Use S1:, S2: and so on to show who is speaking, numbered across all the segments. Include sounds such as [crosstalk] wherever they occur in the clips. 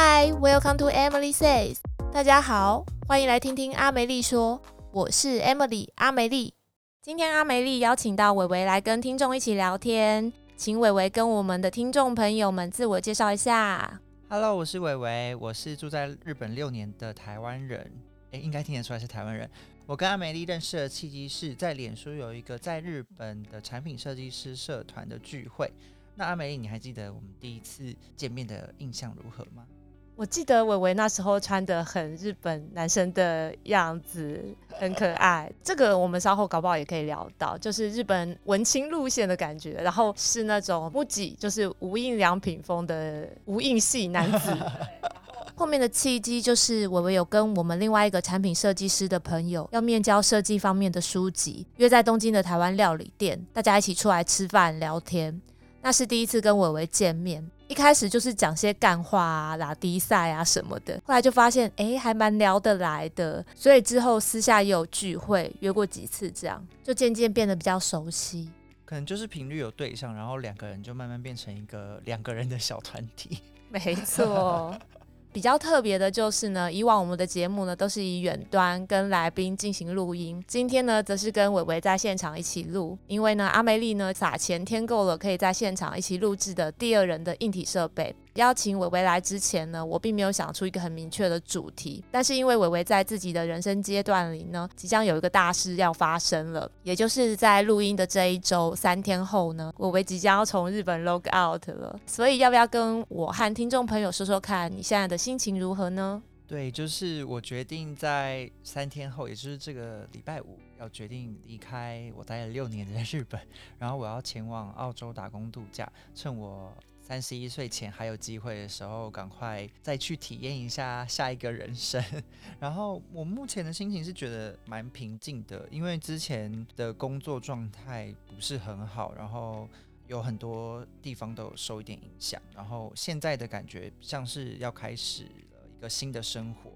S1: Welcome to Emily Says。大家好，欢迎来听听阿梅丽说。我是 Emily 阿梅丽。今天阿梅丽邀请到伟伟来跟听众一起聊天，请伟伟跟我们的听众朋友们自我介绍一下。
S2: Hello，我是伟伟，我是住在日本六年的台湾人，诶，应该听得出来是台湾人。我跟阿美丽认识的契机是在脸书有一个在日本的产品设计师社团的聚会。那阿美丽，你还记得我们第一次见面的印象如何吗？
S3: 我记得伟伟那时候穿的很日本男生的样子，很可爱。这个我们稍后搞不好也可以聊到，就是日本文青路线的感觉，然后是那种木屐，就是无印良品风的无印系男子。
S1: 后面的契机就是伟伟有跟我们另外一个产品设计师的朋友要面交设计方面的书籍，约在东京的台湾料理店，大家一起出来吃饭聊天。那是第一次跟伟伟见面，一开始就是讲些干话啊、拉低赛啊什么的，后来就发现诶还蛮聊得来的，所以之后私下也有聚会，约过几次，这样就渐渐变得比较熟悉。
S2: 可能就是频率有对上，然后两个人就慢慢变成一个两个人的小团体。
S1: [laughs] 没错。比较特别的就是呢，以往我们的节目呢都是以远端跟来宾进行录音，今天呢则是跟伟伟在现场一起录。因为呢，阿梅丽呢撒钱添购了可以在现场一起录制的第二人的硬体设备。邀请伟伟来之前呢，我并没有想出一个很明确的主题，但是因为伟伟在自己的人生阶段里呢，即将有一个大事要发生了，也就是在录音的这一周三天后呢，伟伟即将要从日本 log out 了，所以要不要跟我和听众朋友说说看你现在的心情如何呢？
S2: 对，就是我决定在三天后，也就是这个礼拜五，要决定离开我待了六年的日本，然后我要前往澳洲打工度假，趁我三十一岁前还有机会的时候，赶快再去体验一下下一个人生。 [laughs] 然后我目前的心情是觉得蛮平静的，因为之前的工作状态不是很好，然后。有很多地方都有受一点影响，然后现在的感觉像是要开始了一个新的生活，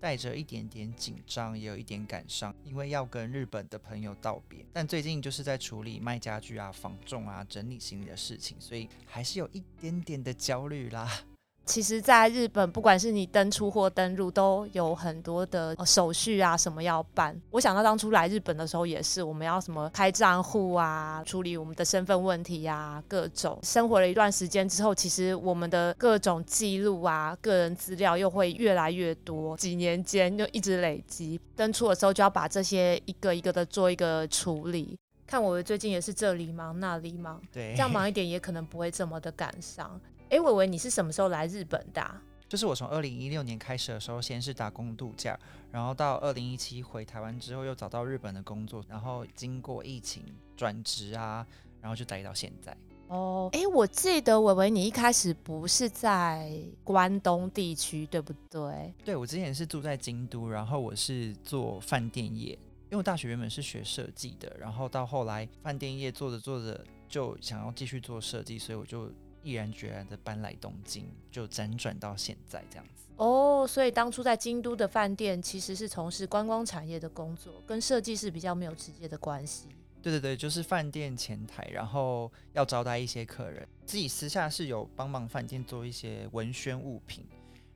S2: 带着一点点紧张，也有一点感伤，因为要跟日本的朋友道别。但最近就是在处理卖家具啊、房仲啊、整理行李的事情，所以还是有一点点的焦虑啦。
S3: 其实，在日本，不管是你登出或登入，都有很多的呃手续啊，什么要办。我想到当初来日本的时候，也是我们要什么开账户啊，处理我们的身份问题啊，各种。生活了一段时间之后，其实我们的各种记录啊、个人资料又会越来越多，几年间就一直累积。登出的时候就要把这些一个一个的做一个处理。
S1: 看我最近也是这里忙那里忙，
S2: 对，
S1: 这样忙一点也可能不会这么的感伤。哎，伟伟，你是什么时候来日本的、啊？
S2: 就是我从二零一六年开始的时候，先是打工度假，然后到二零一七回台湾之后，又找到日本的工作，然后经过疫情转职啊，然后就待到现在。
S1: 哦，哎，我记得伟伟，你一开始不是在关东地区，对不对？
S2: 对，我之前是住在京都，然后我是做饭店业，因为我大学原本是学设计的，然后到后来饭店业做着做着就想要继续做设计，所以我就。毅然决然的搬来东京，就辗转到现在这样子。
S1: 哦，所以当初在京都的饭店其实是从事观光产业的工作，跟设计是比较没有直接的关系。
S2: 对对对，就是饭店前台，然后要招待一些客人，自己私下是有帮忙饭店做一些文宣物品，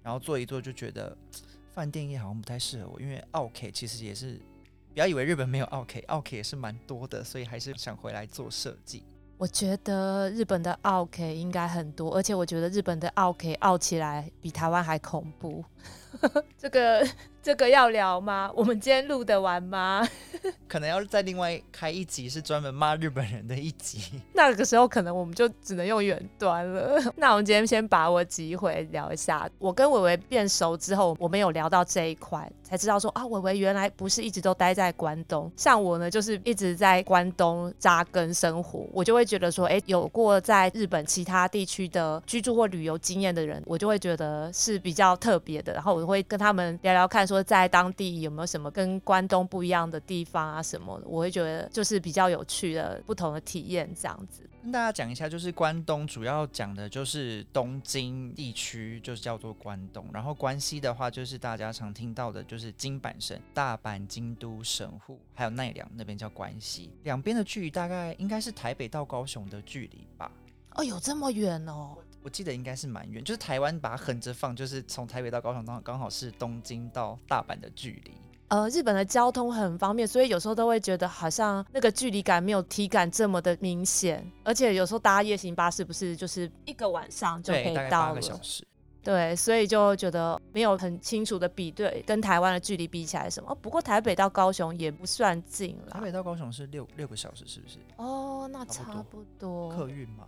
S2: 然后做一做就觉得饭店业好像不太适合我，因为奥 K 其实也是，不要以为日本没有奥 K，奥 K 也是蛮多的，所以还是想回来做设计。
S1: 我觉得日本的奥 K 应该很多，而且我觉得日本的奥 K 奥起来比台湾还恐怖。 [laughs] 这个这个要聊吗？我们今天录得完吗？
S2: 可能要再另外开一集，是专门骂日本人的一集。
S3: [laughs] 那个时候可能我们就只能用远端了。 [laughs] 那我们今天先把握机会聊一下。我跟伟伟变熟之后，我们有聊到这一块，才知道说啊，伟伟原来不是一直都待在关东。像我呢，就是一直在关东扎根生活，我就会觉得说，哎，有过在日本其他地区的居住或旅游经验的人，我就会觉得是比较特别的。然后我会跟他们聊聊看，说在当地有没有什么跟关东不一样的地方啊什么的，我会觉得就是比较有趣的不同的体验这样子。
S2: 跟大家讲一下，就是关东主要讲的就是东京地区，就是叫做关东。然后关西的话，就是大家常听到的，就是京阪神、大阪、京都、神户，还有奈良那边叫关西。两边的距离大概应该是台北到高雄的距离吧？
S1: 哦，有这么远哦？
S2: 我记得应该是蛮远，就是台湾把它横着放，就是从台北到高雄，刚刚好是东京到大阪的距离。
S3: 呃，日本的交通很方便，所以有时候都会觉得好像那个距离感没有体感这么的明显，而且有时候搭夜行巴士不是就是一个晚上就可
S2: 对，
S3: 以
S2: 大概
S3: 到
S2: 八
S3: 了
S2: 个，小时。
S3: 对，所以就觉得没有很清楚的比对，跟台湾的距离比起来什么。哦不过台北到高雄也不算近
S2: 台
S3: 啦。
S2: 北到高雄是六六个小时，是不是？
S3: 哦，那
S2: 差不
S3: 差不多
S2: 客，运嘛？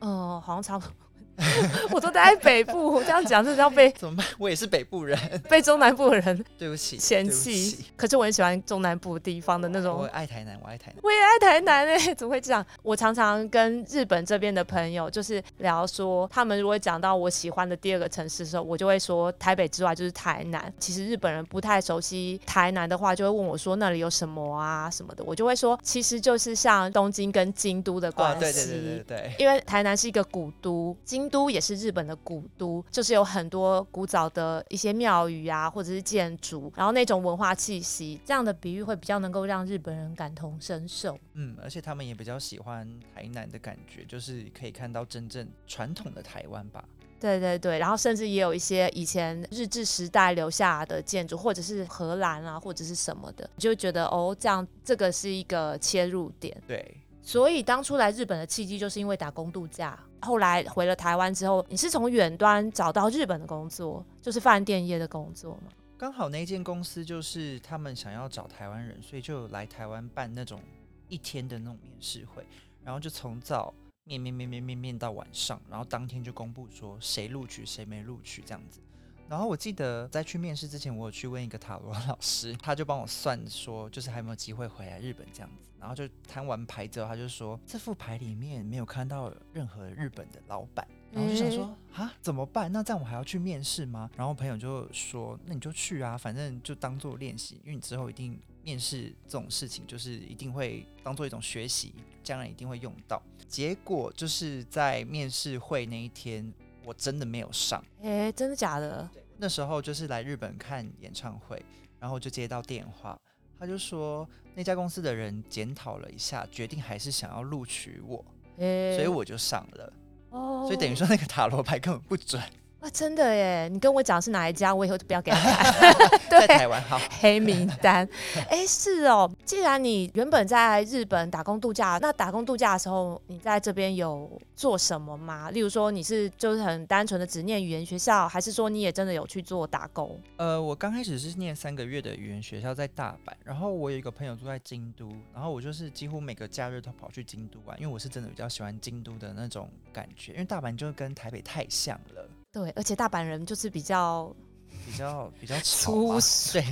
S3: 嗯，好像差不多。 [laughs] 我都待在北部，这样讲真的要被
S2: 怎么办？ [laughs] 我也是北部人，
S3: 被中南部的人 [laughs]
S2: 对不起，
S3: 嫌
S2: 对不
S3: 弃
S2: 起。。
S3: 可是我很喜欢中南部地方的那种
S2: 我爱台南，我爱台南。
S3: 我也爱台南哎、 [laughs] 怎么会这样？我常常跟日本这边的朋友就是聊说，他们如果讲到我喜欢的第二个城市的时候，我就会说台北之外就是台南。其实日本人不太熟悉台南的话，就会问我说那里有什么啊什么的，我就会说其实就是像东京跟京都的关
S2: 啊，
S3: 系。
S2: 对对对对对，
S3: 因为台南是一个古都，京都也是日本的古都，就是有很多古早的一些庙宇啊，或者是建筑，然后那种文化气息，这样的比喻会比较能够让日本人感同身受。
S2: 嗯，而且他们也比较喜欢台南的感觉，就是可以看到真正传统的台湾吧。
S3: 对对对，然后甚至也有一些以前日治时代留下来的建筑，或者是荷兰啊，或者是什么的，你就会觉得哦，这样这个是一个切入点。
S2: 对，
S3: 所以当初来日本的契机，就是因为打工度假。后来回了台湾之后，你是从远端找到日本的工作，就是饭店业的工作嘛？
S2: 刚好那间公司就是他们想要找台湾人，所以就来台湾办那种一天的那种面试会，然后就从早面面面面面面到晚上，然后当天就公布说谁录取谁没录取这样子。然后我记得在去面试之前，我有去问一个塔罗老师，他就帮我算说，就是还有没有机会回来日本这样子。然后就摊完牌之后，他就说这副牌里面没有看到任何日本的老板。然后就想说啊，怎么办？那这样我还要去面试吗？然后朋友就说，那你就去啊，反正就当做练习，因为你之后一定面试这种事情，就是一定会当做一种学习，将来一定会用到。结果就是在面试会那一天，我真的没有上。
S3: 诶，真的假的？
S2: 那时候就是来日本看演唱会，然后就接到电话，他就说那家公司的人检讨了一下，决定还是想要录取我，
S3: 诶，
S2: 所以我就上了。
S3: 哦，
S2: 所以等于说那个塔罗牌根本不准，
S3: 啊，真的耶！你跟我讲是哪一家，我以后就不要给他看。
S2: [laughs] 在
S3: 对，
S2: 台湾好。
S3: 黑名单。诶，是哦。既然你原本在日本打工度假，那打工度假的时候，你在这边有做什么吗？例如说，你是就是很单纯的只念语言学校，还是说你也真的有去做打工？
S2: 呃，我刚开始是念三个月的语言学校，在大阪。然后我有一个朋友住在京都，然后我就是几乎每个假日都跑去京都玩，因为我是真的比较喜欢京都的那种感觉，因为大阪就跟台北太像了，
S3: 对，而且大阪人就是比较 [laughs]
S2: 比较比较吵
S3: 粗
S2: 嘛，
S3: 俗，
S2: 对，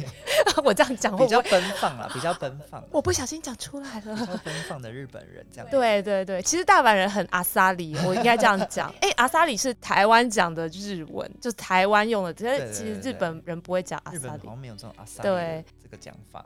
S3: 我这样讲会
S2: 比
S3: 不会
S2: 较？奔放啦，比较奔放啦，啊
S3: 我不小心讲出来
S2: 比
S3: 了。 [laughs]
S2: 较奔放的日本人这样。
S3: 对对对，其实大阪人很阿萨里，我应该这样
S2: [laughs]
S3: 讲。哎、阿萨里是台湾讲的日文，就是台湾用的，但
S2: 对
S3: 是
S2: 对
S3: 其实
S2: 对
S3: 日本人不会讲阿
S2: 日本
S3: 萨
S2: 好
S3: 里。
S2: 像没有这种阿萨
S3: 对
S2: 这个讲法，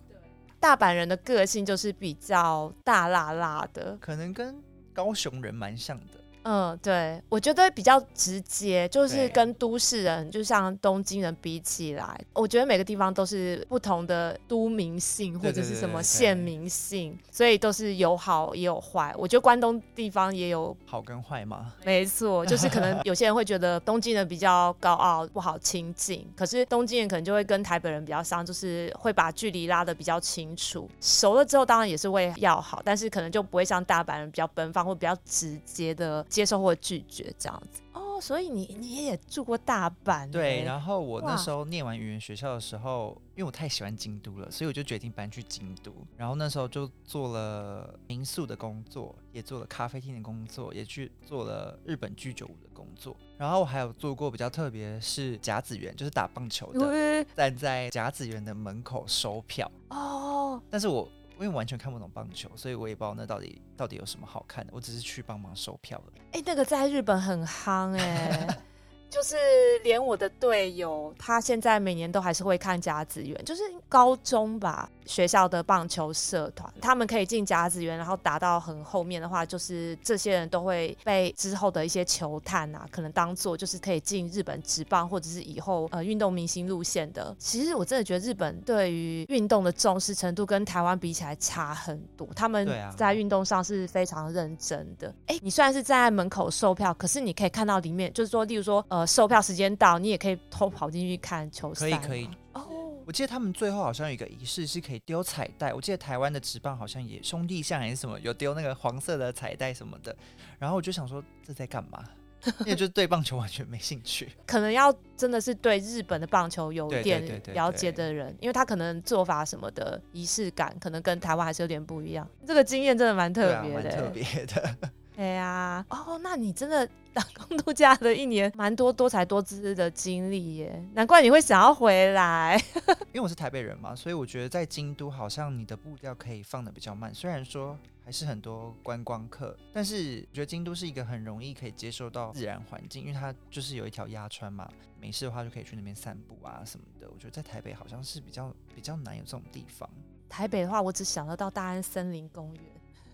S3: 大阪人的个性就是比较大辣辣的，
S2: 可能跟高雄人蛮像的。
S3: 嗯，对，我觉得比较直接，就是
S2: 对
S3: 跟都市人，就像东京人比起来，我觉得每个地方都是不同的都民性或
S2: 对
S3: 者
S2: 对
S3: 是
S2: 对
S3: 什么
S2: 对
S3: 县民性，所以都是有好也有坏。我觉得关东地方也有，
S2: 好跟坏吗？
S3: 没错，就是可能有些人会觉得东京人比较高傲，不好亲近，可是东京人可能就会跟台北人比较像，就是会把距离拉得比较清楚。熟了之后，当然也是会要好，但是可能就不会像大阪人比较奔放或比较直接的接受或拒绝这样子。哦，所以你你也住过大阪、欸
S2: 对，
S3: 后
S2: 然后我那
S3: 哇
S2: 时候念完语言学校的时候，因为我太喜欢京都了，所以我就决定搬去京都。然后那时候就做了民宿的工作，也做了咖啡厅的工作，也去做了日本居酒屋的工作。然后我还有做过比较特别的是甲子园，就是打棒球的，站在甲子园的门口收票。
S3: 哦，
S2: 但是我因为完全看不懂棒球，所以我也不知道那到底到底有什么好看的，我只是去帮忙收票的。
S3: 哎、那个在日本很夯哎、 [laughs] 就是连我的队友，他现在每年都还是会看甲子园，就是高中吧，学校的棒球社团，他们可以进甲子园，然后打到很后面的话，就是这些人都会被之后的一些球探啊，可能当做就是可以进日本职棒或者是以后呃运动明星路线的。其实我真的觉得日本对于运动的重视程度跟台湾比起来差很多，他们
S2: 对啊
S3: 在运动上是非常认真的。哎、你虽然是站在门口售票，可是你可以看到里面，就是说，例如说呃售票时间到，你也可以偷跑进去看球赛
S2: 可以
S3: 吗。
S2: 可以
S3: 哦。
S2: 我记得他们最后好像有一个仪式是可以丢彩带，我记得台湾的职棒好像也兄弟像还是什么有丢那个黄色的彩带什么的，然后我就想说这在干嘛？ [laughs] 因为就是对棒球完全没兴趣，
S3: 可能要真的是对日本的棒球有
S2: 对对
S3: 点
S2: 对对对
S3: 了解的人，因为他可能做法什么的仪式感，可能跟台湾还是有点不一样。这个经验真的蛮
S2: 对
S3: 特
S2: 啊，
S3: 别
S2: 蛮
S3: 的、
S2: 特别的。
S3: 对呀、哦，那你真的打工度假的一年，蛮多多才多姿的经历耶，难怪你会想要回来。 [laughs]
S2: 因为我是台北人嘛，所以我觉得在京都好像你的步调可以放的比较慢，虽然说还是很多观光客，但是我觉得京都是一个很容易可以接受到自然环境，因为它就是有一条鸭川嘛，没事的话就可以去那边散步啊什么的。我觉得在台北好像是比较比较难有这种地方，
S3: 台北的话，我只想得到大安森林公园，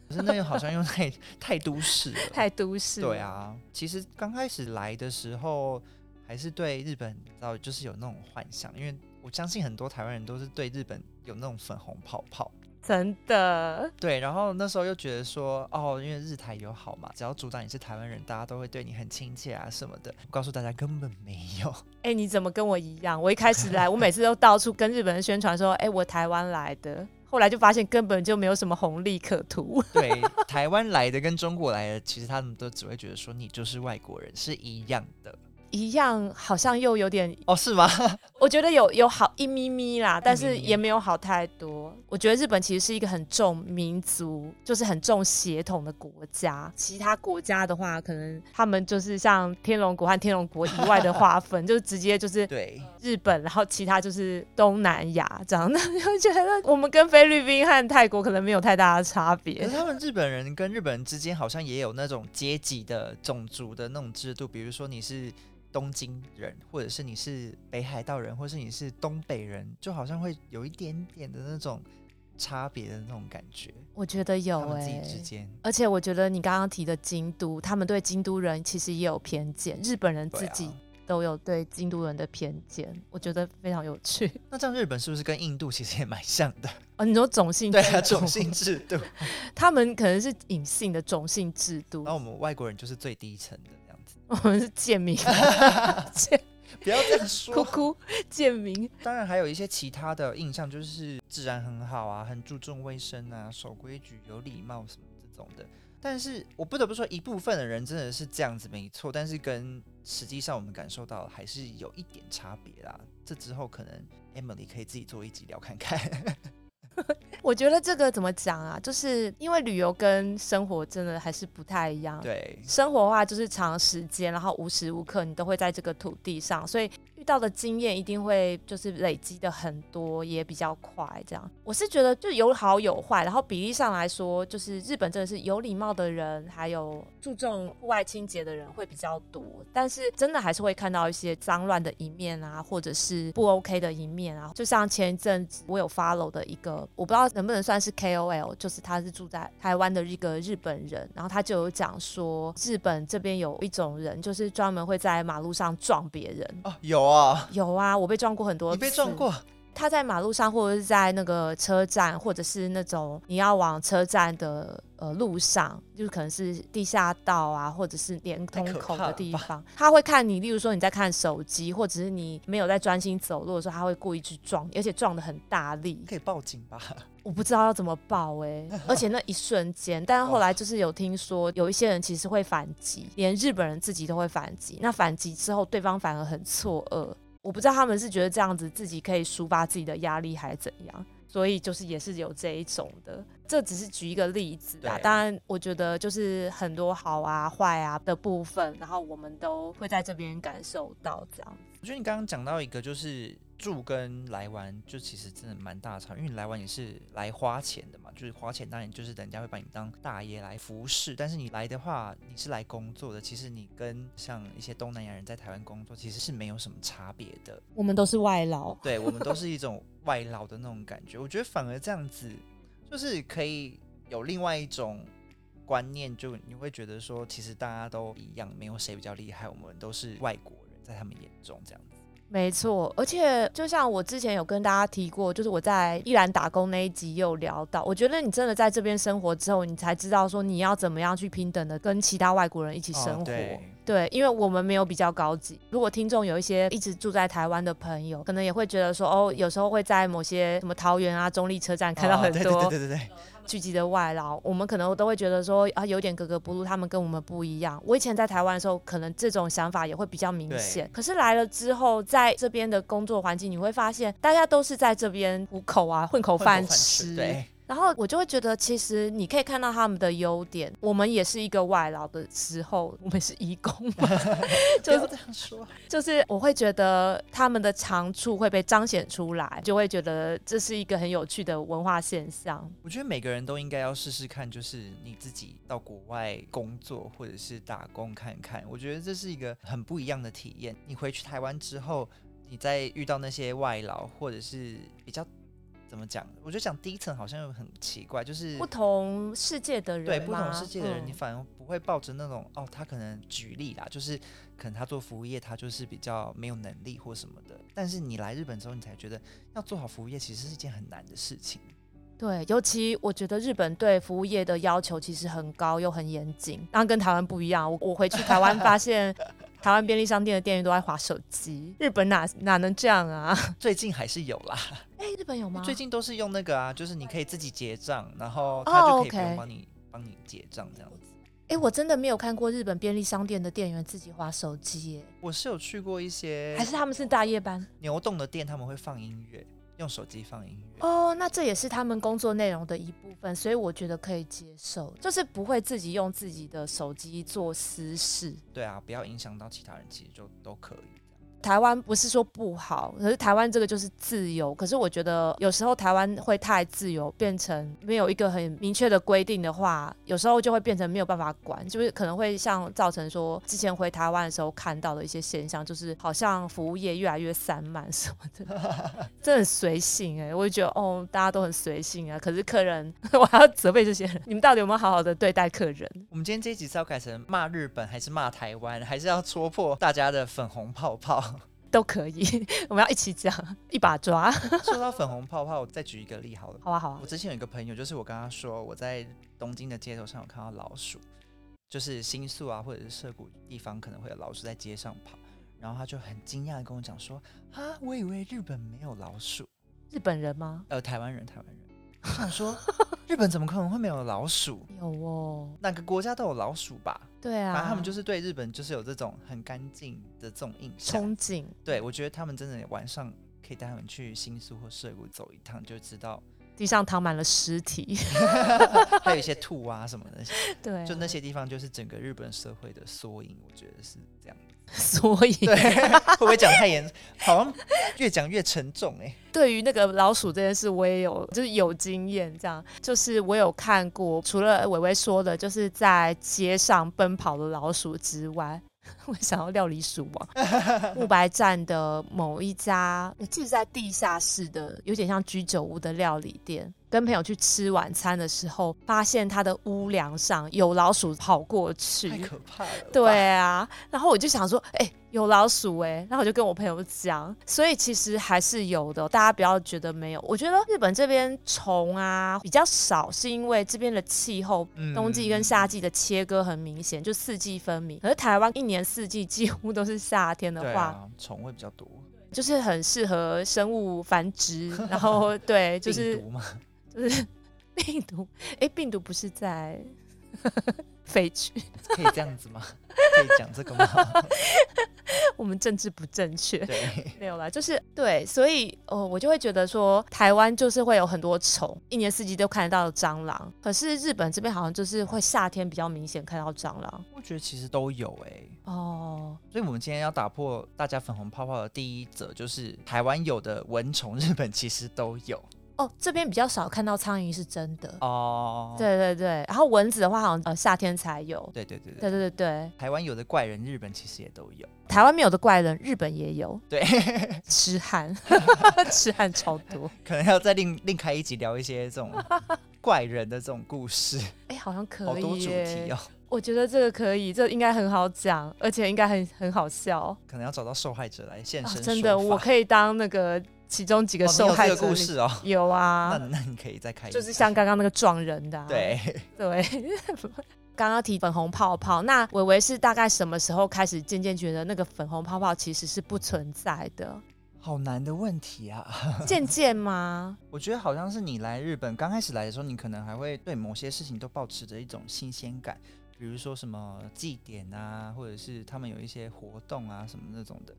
S2: 可是那又好像又太太都市了，
S3: [laughs] 太都市。
S2: 对，啊。其实刚开始来的时候，还是对日本你知道就是有那种幻想，因为我相信很多台湾人都是对日本有那种粉红泡泡。
S3: 真的。
S2: 对，然后那时候又觉得说，哦，因为日台友好嘛，只要主打你是台湾人，大家都会对你很亲切啊什么的。我告诉大家，根本没有。 [laughs]
S3: 哎、你怎么跟我一样？我一开始来，我每次都到处跟日本人宣传说，哎、我台湾来的。后来就发现根本就没有什么红利可图。
S2: 对，台湾来的跟中国来的，其实他们都只会觉得说你就是外国人是一样的。
S3: 一样好像又有点，
S2: 哦，是吗？ [laughs]
S3: 我觉得有有好一咪咪啦，但是
S2: 咪
S3: 也没有好太多。我觉得日本其实是一个很重民族，就是很重血统的国家。其他国家的话，可能他们就是像天龙国和天龙国以外的划分，就是直接就是
S2: 对，
S3: 日本，然后其他就是东南亚这样。那 [laughs] 就觉得我们跟菲律宾和泰国可能没有太大的差
S2: 可
S3: 别
S2: 是。他们日本人跟日本人之间好像也有那种阶级的、种族的那种制度，比如说你是。东京人，或者是你是北海道人，或是你是东北人，就好像会有一点点的那种差别的那种感觉。
S3: 我觉得有
S2: 他们
S3: 哎、
S2: 自己之间。
S3: 而且我觉得你刚刚提的京都，他们对京都人其实也有偏见，日本人
S2: 对
S3: 自
S2: 啊
S3: 己都有对京都人的偏见，我觉得非常有趣。 [laughs]
S2: 那这样日本是不是跟印度其实也蛮像 [laughs] 的？
S3: 哦，你说种姓
S2: 对
S3: 制
S2: 啊，
S3: 度
S2: 种姓，制 [laughs] 度。
S3: 他们可能是隐性的种姓制度
S2: 然，后我们外国人就是最低层的这样子，
S3: [laughs] 我们是贱
S2: [laughs]
S3: 民，贱
S2: 不要这样
S3: 哭
S2: 说。
S3: 哭贱民。
S2: 当然还有一些其他的印象，就是治安很好啊，很注重卫生啊，守规矩、有礼貌什么这种的。但是我不得不说，一部分的人真的是这样子没错，但是跟实际上我们感受到还是有一点差别啦。这之后可能 Emily 可以自己做一集聊看看。
S3: 我觉得这个怎么讲啊？就是因为旅游跟生活真的还是不太一
S2: [laughs]
S3: 样。
S2: 对，
S3: 生活的话就是长时间，然后无时无刻你都会在这个土地上，所以遇到的经验一定会就是累积的很多，也比较快。这样，我是觉得就有好有坏，然后比例上来说，就是日本真的是有礼貌的人，还有注重户外清洁的人会比较多，但是真的还是会看到一些脏乱的一面啊，或者是不 OK 的一面啊。就像前一阵子我有 follow 的一个，我不知道能不能算是 KOL，就是他是住在台湾的一个日本人，然后他就有讲说，日本这边有一种人，就是专门会在马路上撞别人。
S2: 哦，有啊、
S3: 有啊，我被撞过很多
S2: 你
S3: 次。
S2: 被撞过？
S3: 他在马路上，或者是在那个车站，或者是那种你要往车站的呃路上，就是可能是地下道啊，或者是连通
S2: 太可
S3: 口
S2: 怕
S3: 的
S2: 了
S3: 地
S2: 吧 [laughs]
S3: 方，他会看你，例如说你在看手机，或者是你没有在专心走路的时候，他会故意去撞你，而且撞的很大力。
S2: 可以报警吧？
S3: 我不知道要怎么报哎、而且那一瞬间，但是后来就是有听说有一些人其实会反击，连日本人自己都会反击。那反击之后，对方反而很错愕，我不知道他们是觉得这样子自己可以抒发自己的压力，还是怎样。所以就是也是有这一种的，这只是举一个例子啊。
S2: 对
S3: 当然，我觉得就是很多好啊、坏啊的部分，然后我们都会在这边感受到这样。
S2: 我觉得你刚刚讲到一个，就是住跟来玩，就其实真的蛮大的差别，因为你来玩也是来花钱的嘛，就是花钱，当然就是人家会把你当大爷来服侍，但是你来的话，你是来工作的，其实你跟像一些东南亚人在台湾工作，其实是没有什么差别的。
S3: 我们都是外劳，
S2: 对我们都是一种外劳的那种感觉。我觉得反而这样子，就是可以有另外一种观念，就你会觉得说，其实大家都一样，没有谁比较厉害，我们都是外国人，在他们眼中这样子。
S3: 没错，而且就像我之前有跟大家提过，就是我在宜兰打工那一集有聊到，我觉得你真的在这边生活之后，你才知道说你要怎么样去平等的跟其他外国人一起生活。
S2: 哦对
S3: 对，因为我们没有比较高级。如果听众有一些一直住在台湾的朋友，可能也会觉得说，哦，有时候会在某些什么桃园啊、中立车站看到
S2: 哦
S3: 很
S2: 对
S3: 多
S2: 对对对对对，
S3: 聚集的外劳，我们可能都会觉得说啊，有点格格不入，他们跟我们不一样。我以前在台湾的时候，可能这种想法也会比较明显。可是来了之后，在这边的工作环境，你会发现大家都是在这边糊口啊，混口
S2: 混口
S3: 饭
S2: 吃
S3: 吃。
S2: 对。
S3: 然后我就会觉得，其实你可以看到他们的优点。我们也是一个外劳的时候，我们是移工 [laughs] 嘛，
S2: 不
S3: [laughs] 就
S2: 要
S3: 是
S2: 这样说，
S3: 就是我会觉得他们的长处会被彰显出来，就会觉得这是一个很有趣的文化现象。
S2: 我觉得每个人都应该要试试看，就是你自己到国外工作或者是打工看看，我觉得这是一个很不一样的体验。你回去台湾之后，你再遇到那些外劳或者是比较怎么讲，我觉得讲低层好像又很奇怪，就是
S3: 不同世界的人吗，
S2: 对不同世界的人，
S3: 嗯
S2: 你反而不会抱着那种哦，他可能举例啦，就是可能他做服务业，他就是比较没有能力或什么的。但是你来日本之后，你才觉得要做好服务业其实是一件很难的事情。 [laughs]
S3: 对，尤其我觉得日本对服务业的要求其实很高又很严谨，然后跟台湾不一样。我我回去台湾发现， [laughs] 台湾便利商店的店员都在划手机，日本哪哪能这样 [laughs] 啊？
S2: 最近还是有啦，
S3: 哎、日本有吗？
S2: 最近都是用那个啊，就是你可以自己结账，然后
S3: 哦
S2: 他就可以不用
S3: ，OK
S2: 帮你帮你结账这样子。
S3: 哎、我真的没有看过日本便利商店的店员自己划手机耶，
S2: 我是有去过一些
S3: 还是他们是大夜班？
S2: 牛洞的店，他们会放音乐，用手机放音乐。
S3: 哦，那这也是他们工作内容的一部分，所以我觉得可以接受，就是不会自己用自己的手机做私事。
S2: 对啊，不要影响到其他人，其实就都可以。
S3: 台湾不是说不好，可是台湾这个就是自由。可是我觉得有时候台湾会太自由，变成没有一个很明确的规定的话，有时候就会变成没有办法管，就是可能会像造成说之前回台湾的时候看到的一些现象，就是好像服务业越来越散漫什么的，真的很随性哎、我就觉得哦，大家都很随性啊。可是客人，我还要责备这些人，你们到底有没有好好的对待客人？
S2: 我们今天这一集是要改成骂日本，还是骂台湾，还是要戳破大家的粉红泡泡？ [laughs]
S3: 都可以， [laughs] 我们要一起讲，一把抓，
S2: 说到粉红泡泡，我再举一个例好了。
S3: 好啊好啊
S2: 我，之前有一个朋友，就是我跟他说，我在东京的街头上有看到老鼠，就是新宿啊或者是涩谷地方可能会有老鼠在街上跑，然后他就很惊讶的跟我讲说，啊，我以为日本没有老鼠，
S3: 日本人吗？
S2: 呃，台湾人，台湾人， [laughs] 我想说日本怎么可能会没有老鼠？ [laughs]
S3: 有哦，
S2: 哪个国家都有老鼠吧？
S3: 对啊，
S2: 反正他们就是对日本就是有这种很干净的这种印象。
S3: 憧憬，
S2: 对，我觉得他们真的晚上可以带他们去新宿或涩谷走一趟，就知
S3: [laughs]
S2: 道
S3: 地上躺满了尸
S2: [laughs]
S3: 体，
S2: 还有一些兔啊什么的。
S3: [laughs] 对、啊，
S2: 就那些地方，就是整个日本社会的缩影，我觉得是这样。
S3: 所以 [laughs]
S2: 对，会不会讲太严？好像越讲越沉重哎、
S3: 对于那个老鼠这件事，我也有就是有经验，这样就是我有看过，除了伟伟说的，就是在街上奔跑的老鼠之外。 [laughs] 我想要料理鼠王，
S2: [laughs]
S3: 木白站的某一家，我记得在地下室的，有点像居酒屋的料理店。跟朋友去吃晚餐的时候，发现他的屋梁上有老鼠跑过去，
S2: 太可怕了。
S3: 对，啊，然后我就想说，哎、有老鼠哎、然后我就跟我朋友讲，所以其实还是有的，大家不要觉得没有。我觉得日本这边虫啊比较少，是因为这边的气候。
S2: 嗯
S3: 冬季跟夏季的切割很明显，就四季分明。可是台湾一年四季几乎都是夏天的
S2: 对
S3: 话，
S2: 啊，虫会比较多，
S3: 就是很适合生物繁殖。然后对，就是
S2: 病毒嘛。
S3: 就是 [laughs] 病毒，哎，病毒不是在 [laughs] 飞去，
S2: 可以这样子吗？可以讲这个吗？
S3: [laughs] 我们政治不正确。
S2: 对，
S3: 没有啦，就是对，所以呃，我就会觉得说，台湾就是会有很多虫，一年四季都看得到蟑螂。可是日本这边好像就是会夏天比较明显看到蟑螂
S2: 我觉得其实都有哎、
S3: 哦。
S2: 所以我们今天要打破大家粉红泡泡的第一则，就是台湾有的蚊虫，日本其实都有。
S3: 哦，这边比较少看到苍蝇是真的。
S2: 哦，
S3: 对对对，然后蚊子的话，好像呃夏天才有。
S2: 对对对对，
S3: 对对对对，
S2: 台湾有的怪人，日本其实也都有。
S3: 台湾没有的怪人，日本也有。
S2: 对，
S3: 痴 [laughs] 汉，痴汉超多。
S2: 可能要再另另开一集聊一些这种怪人的这种故事，
S3: 哎、好像可以。
S2: 好多主题。哦，
S3: 我觉得这个可以，这应该很好讲，而且应该很很好笑。
S2: 可能要找到受害者来现
S3: 啊
S2: 身、说
S3: 真的，我
S2: 法
S3: 可以当那个其中几个
S2: 哦你
S3: 受
S2: 有
S3: 害者
S2: 这个
S3: 里。
S2: 故事哦。
S3: [laughs] 有
S2: 那
S3: 啊，
S2: 那你可以再开一集，
S3: 就是像刚刚那个撞人的、啊。
S2: 对，
S3: 对。 [laughs] 刚刚提粉红泡泡，那伟伟是大概什么时候开始渐渐觉得那个粉红泡泡其实是不存在的？
S2: 好难的问题啊！
S3: 渐渐吗？
S2: 我觉得好像是你来日本刚开始来的时候，你可能还会对某些事情都保持着一种新鲜感，比如说什么祭典啊，或者是他们有一些活动啊什么那种的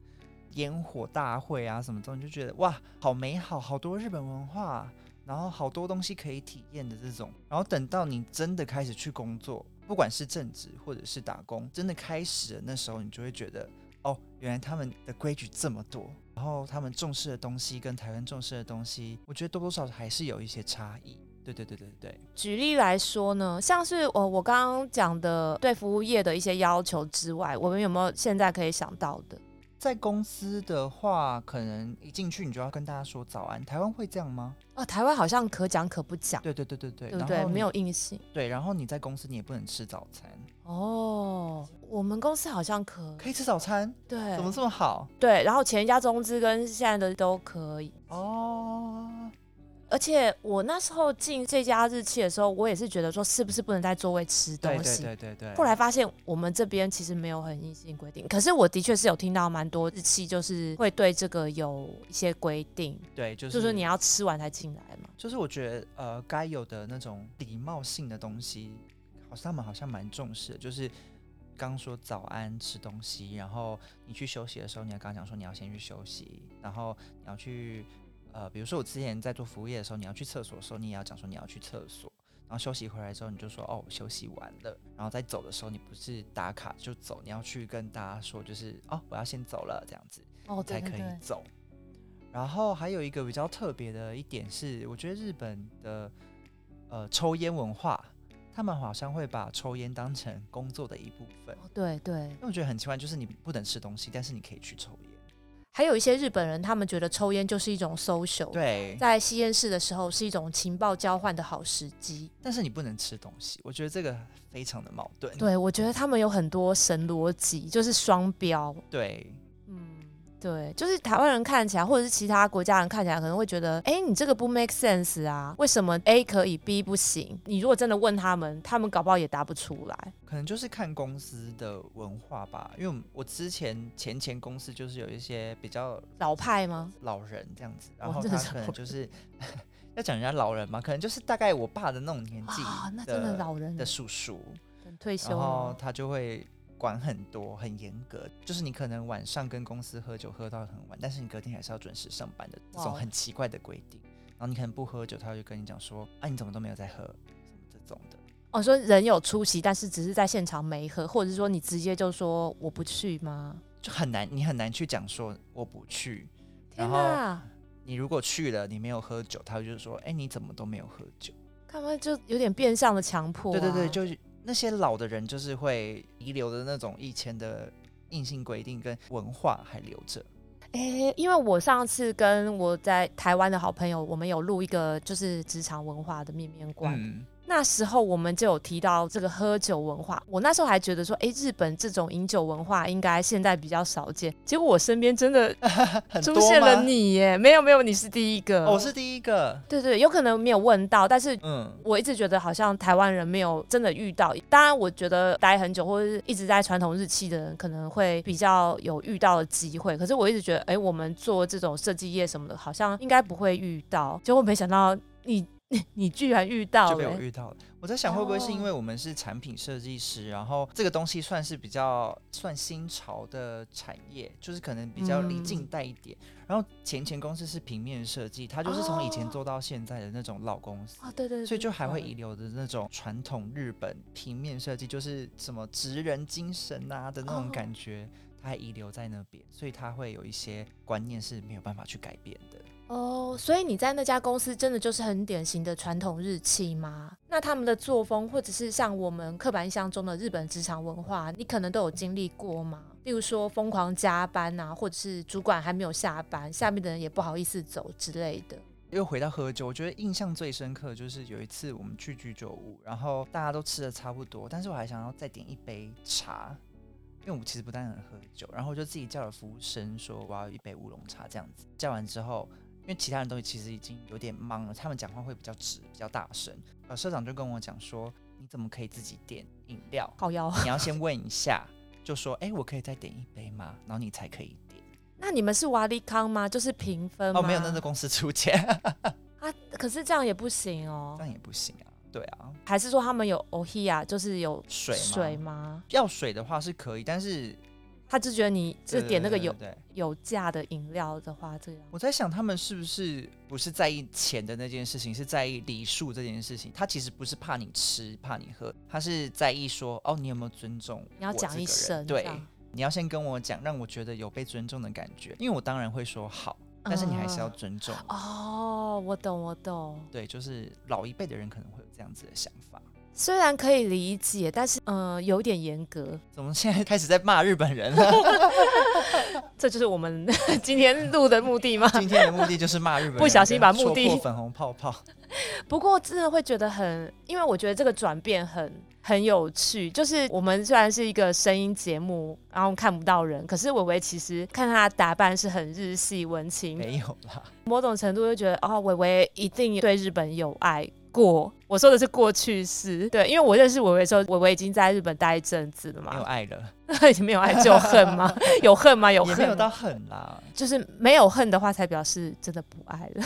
S2: 烟火大会啊什么东西，就觉得哇，好美好，好多日本文化啊，然后好多东西可以体验的这种。然后等到你真的开始去工作，不管是正职或者是打工，真的开始了那时候，你就会觉得哦，原来他们的规矩这么多，然后他们重视的东西跟台湾重视的东西，我觉得多多少少还是有一些差异。对对对对对，
S3: 举例来说呢，像是我我刚刚讲的对服务业的一些要求之外，我们有没有现在可以想到的？
S2: 在公司的话，可能一进去你就要跟大家说早安，台湾会这样吗？
S3: 哦，台湾好像可讲可不讲，
S2: 对对对对对，
S3: 对不
S2: 然
S3: 对？
S2: 后你
S3: 没有硬性。
S2: 对，然后你在公司你也不能吃早餐，
S3: 哦，我们公司好像可
S2: 可以吃早餐，
S3: 对
S2: 怎么这么好
S3: 对，然后前一家中资跟现在的都可以。
S2: 哦？
S3: 而且我那时候进这家日期的时候，我也是觉得说是不是不能在座位吃东
S2: 对对
S3: 西。
S2: 对对对，
S3: 后来发现我们这边其实没有很硬性规定，可是我的确是有听到蛮多日期就是会对这个有一些规定，
S2: 对就是
S3: 就是你要吃完才进来嘛。
S2: 就是我觉得呃，该有的那种礼貌性的东西，好像他们好像蛮重视的。就是刚说早安吃东西，然后你去休息的时候，你要刚讲说你要先去休息，然后你要去呃，比如说我之前在做服务业的时候，你要去厕所的时候，你也要讲说你要去厕所。然后休息回来之后，你就说哦，我休息完了。然后再走的时候，你不是打卡就走，你要去跟大家说，就是哦，我要先走了这样子。
S3: 哦，
S2: 才
S3: 对对
S2: 可以
S3: 对，
S2: 走。然后还有一个比较特别的一点是，我觉得日本的呃抽烟文化，他们好像会把抽烟当成工作的一部分。
S3: 哦对对。
S2: 因为我觉得很奇怪，就是你不能吃东西，但是你可以去抽烟。
S3: 还有一些日本人，他们觉得抽烟就是一种 social，
S2: 对，
S3: 哦在吸烟室的时候是一种情报交换的好时机。
S2: 但是你不能吃东西，我觉得这个非常的矛盾。
S3: 对，我觉得他们有很多神逻辑，就是双标。
S2: 对
S3: 嗯，对，就是台湾人看起来，或者是其他国家人看起来，可能会觉得，哎、你这个不 make sense 啊？为什么 A 可以，B 不行？你如果真的问他们，他们搞不好也答不出来。
S2: 可能就是看公司的文化吧，因为我们我之前前前公司就是有一些比较
S3: 老派吗？
S2: 老人这样子，然
S3: 哇
S2: 后
S3: 这
S2: 他
S3: 是
S2: 可
S3: 老
S2: 能就是要讲人家老人嘛，可能就是大概我爸的那种年纪
S3: 哇，啊那真的老人
S2: 的叔叔，
S3: 很退休哦
S2: 然后
S3: 了。
S2: 他就会管很多，很严格，就是你可能晚上跟公司喝酒喝到很晚，但是你隔天还是要准时上班的这种
S3: 哇哦
S2: 很奇怪的规定。然后你可能不喝酒，他就跟你讲说啊，你怎么都没有在喝，什么这种的。
S3: 哦，说人有出席，但是只是在现场没喝，或者是说你直接就说我不去吗？
S2: 就很难，你很难去讲说我不去。
S3: 天
S2: 然后
S3: 哪，
S2: 你如果去了，你没有喝酒，他就是说，哎、你怎么都没有喝酒？
S3: 干嘛就有点变相的强迫、啊？
S2: 对对对，就是那些老的人，就是会遗留的那种以前的硬性规定跟文化还留着。
S3: 诶、因为我上次跟我在台湾的好朋友，我们有录一个就是职场文化的面面观，
S2: 嗯，
S3: 那时候我们就有提到这个喝酒文化。我那时候还觉得说，诶、日本这种饮酒文化应该现在比较少见。结果我身边真的
S2: [laughs] 很多
S3: 出现了
S2: 吗、
S3: 你耶，没有没有，你是第一个，
S2: 哦我是第一个。
S3: 对对，有可能没有问到，但是。
S2: 嗯，
S3: 我一直觉得好像台湾人没有真的遇到，当然我觉得待很久或者是一直在传统日期的人可能会比较有遇到的机会，可是我一直觉得，哎、我们做这种设计业什么的，好像应该不会遇到，结果没想到你 [laughs] 你居然遇到
S2: 就
S3: 了、欸
S2: 被我遇到了。我在想，会不会是因
S3: 哦
S2: 为我们是产品设计师，然后这个东西算是比较算新潮的产业，就是可能比较离
S3: 嗯
S2: 近代一点。然后前前公司是平面设计，它就是从以前
S3: 哦
S2: 做到现在的那种老公司。
S3: 啊，对对对，
S2: 所以就还会遗
S3: 对
S2: 留的那种传统日本平面设计，就是什么职人精神啊的那种
S3: 哦
S2: 感觉，他还遗留在那边，所以他会有一些观念是没有办法去改变的。
S3: 哦，所以你在那家公司真的就是很典型的传统日企吗？那他们的作风，或者是像我们刻板印象中的日本职场文化，你可能都有经历过吗？例如说疯狂加班啊，或者是主管还没有下班，下面的人也不好意思走之类的。
S2: 又回到喝酒，我觉得印象最深刻就是有一次我们去居酒屋，然后大家都吃的差不多，但是我还想要再点一杯茶，因为我其实不太能喝酒，然后我就自己叫了服务生说我要一杯乌龙茶这样子。叫完之后，因为其他人都其实已经有点懵了，他们讲话会比较直，比较大声。呃，社长就跟我讲说，你怎么可以自己点饮料？
S3: 靠腰。
S2: 你要先问一下，就说哎、我可以再点一杯吗？然后你才可以点。
S3: [laughs] 那你们是瓦力康吗？就是平分吗？
S2: 哦，没有，那是公司出钱， [laughs]
S3: 啊，可是这样也不行哦
S2: 这。样也不行啊。对啊，
S3: 还是说他们有 ohia，就是有
S2: 水吗
S3: 水吗？
S2: 要水的话是可以，但是
S3: 他就觉得你就是点那个有
S2: 对对对
S3: 有价的饮料的话，这样
S2: 我在想他们是不是不是在意钱的那件事情，是在意礼数这件事情。他其实不是怕你吃，怕你喝，他是在意说哦，你有没有尊重？
S3: 你要讲一声，这
S2: 对，
S3: 样
S2: 你要先跟我讲，让我觉得有被尊重的感觉，因为我当然会说好，但是你还是要
S3: 嗯
S2: 尊重。
S3: 哦，我懂，我懂。
S2: 对，就是老一辈的人可能会有这样子的想法。
S3: 虽然可以理解，但是嗯、呃，有点严格。
S2: 怎么现在开始在骂日本人
S3: [laughs]
S2: 了？
S3: 这就是我们 [laughs] 今天录的目的吗？
S2: 今天的目的就是骂日本人，
S3: 不小心把目的
S2: 戳破粉红泡泡。
S3: [laughs] 不过真的会觉得很，因为我觉得这个转变很很有趣。就是我们虽然是一个声音节目，然后看不到人，可是伟伟其实看他的打扮是很日系文青，
S2: 没有啦，
S3: 某种程度就觉得哦，伟伟一定对日本有爱。过，我说的是过去式，对，因为我认识伟伟的时候，伟伟已经在日本待一阵子了
S2: 没有
S3: 嘛，
S2: 爱了，
S3: [laughs] 已经没有爱就恨
S2: [laughs]
S3: 吗？有恨吗？有
S2: 也
S3: 恨
S2: 没有
S3: 吗
S2: 到狠啦。
S3: 就是没有恨的话，才表示真的不爱
S2: [laughs]
S3: 了。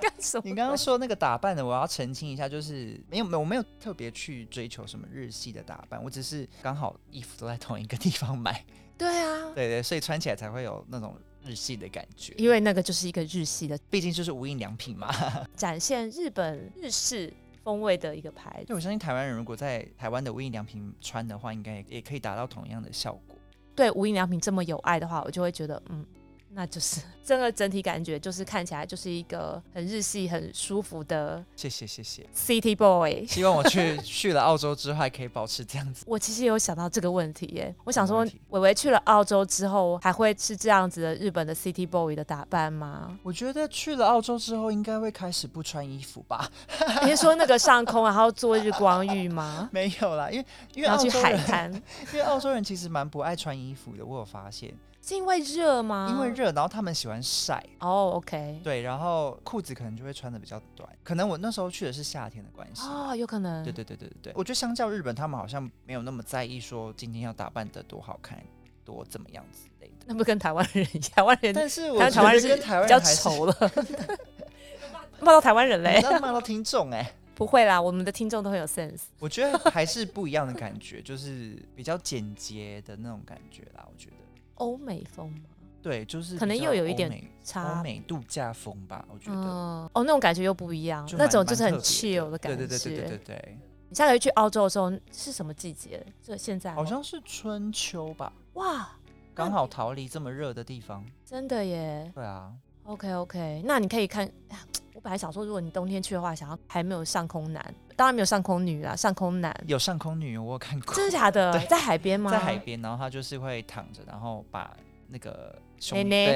S3: 干什么？
S2: 你刚刚说那个打扮的，我要澄清一下，就是没有没有我没有特别去追求什么日系的打扮，我只是刚好衣服都在同一个地方买，
S3: 对啊，
S2: 对对，所以穿起来才会有那种日系的感觉。
S3: 因为那个就是一个日系的
S2: 毕竟就是无印良品嘛， [laughs]
S3: 展现日本日式风味的一个牌
S2: 就
S3: 子。
S2: 我相信台湾人如果在台湾的无印良品穿的话，应该也可以达到同样的效果。
S3: 对无印良品这么有爱的话，我就会觉得嗯。那就是 [laughs] 整个整体感觉，就是看起来就是一个很日系、很舒服的
S2: 谢谢谢谢，
S3: City Boy。
S2: 希望我去 [laughs] 去了澳洲之后还可以保持这样子。
S3: 我其实有想到这个问题耶，我想
S2: 什么
S3: 说
S2: 问题，
S3: 伟伟去了澳洲之后，还会是这样子的日本的 City Boy 的打扮吗？
S2: 我觉得去了澳洲之后，应该会开始不穿衣服吧？ [laughs]
S3: [laughs] 你是说那个上空然后做日光浴吗？
S2: 没有啦，因为 [laughs] 因为
S3: 然
S2: 澳
S3: 后去
S2: 洲
S3: 海
S2: 人，
S3: 滩，
S2: 因为澳洲人其实蛮不爱穿衣服的，我有发现。
S3: 是因为热吗？
S2: 因为。热，然后他们喜欢晒，
S3: 哦、o k
S2: 对，然后裤子可能就会穿的比较短，可能我那时候去的是夏天的关系。
S3: 哦，有可能。
S2: 对对对对对对，我觉得相较日本，他们好像没有那么在意说今天要打扮的多好看、多怎么样之类的。
S3: 那不跟台湾人一样，台湾人
S2: 但是我
S3: 但
S2: 觉
S3: 台湾
S2: 得
S3: 是
S2: 跟台湾
S3: 比较
S2: 人还是 [laughs] 嗯
S3: 丑了，骂到台湾人
S2: 你
S3: 嘞
S2: 知？道骂到听众哎、
S3: 不会啦，我们的听众都很有 sense。
S2: 我觉得还是不一样的感觉，就是比较简洁的那种感觉啦。我觉得，
S3: 欧美风吗？
S2: 对，就是
S3: 可能
S2: 比较
S3: 又有一
S2: 欧
S3: 点
S2: 美欧
S3: 差，
S2: 美度假风吧，我觉得。
S3: 嗯，哦，那种感觉又不一样，
S2: 就
S3: 那
S2: 蛮
S3: 种就是很
S2: 蛮特别
S3: chill 的感觉。
S2: 对对对对对对对，
S3: 你下个月去澳洲的时候是什么季节？就现在吗
S2: 好像是春秋吧，
S3: 哇，
S2: 刚好逃离这么热的地方。
S3: 真的耶。
S2: 对啊，
S3: OK OK，那你可以看，我本来想说，如果你冬天去的话，想要还没有上空男，当然没有上空女啦，上空男。
S2: 有上空女，我有看过，
S3: 真的假的？
S2: [laughs] 对
S3: 在海边吗？
S2: 在海。边，然后她就是会躺着，然后把那个胸
S3: 内内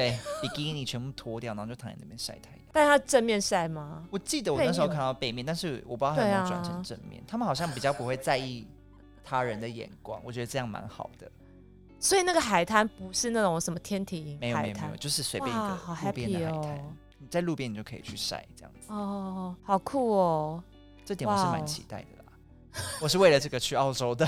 S2: 对比基尼全部脱掉，然后就躺在那边晒太阳。
S3: 但他正面晒吗？
S2: 我记得我
S3: 背
S2: 那时候
S3: 面
S2: 看到背面，但是我不知道她有
S3: 对
S2: 没
S3: 啊
S2: 有转成正面。他们好像比较不会在意他人的眼光，我觉得这样蛮好的。
S3: 所以那个海滩不是那种什么天体营
S2: 没有没有
S3: 海
S2: 没
S3: 滩
S2: 有，，就是随便一
S3: 哇，
S2: 个
S3: 好
S2: 路边的
S3: happy
S2: 海滩，
S3: 哦！
S2: 你在路边你就可以去晒这样子。
S3: 哦，好酷哦！
S2: 这点我是
S3: 哇哦哦
S2: 蛮期待的啦。我是为了这个去澳洲
S3: [laughs]
S2: 的，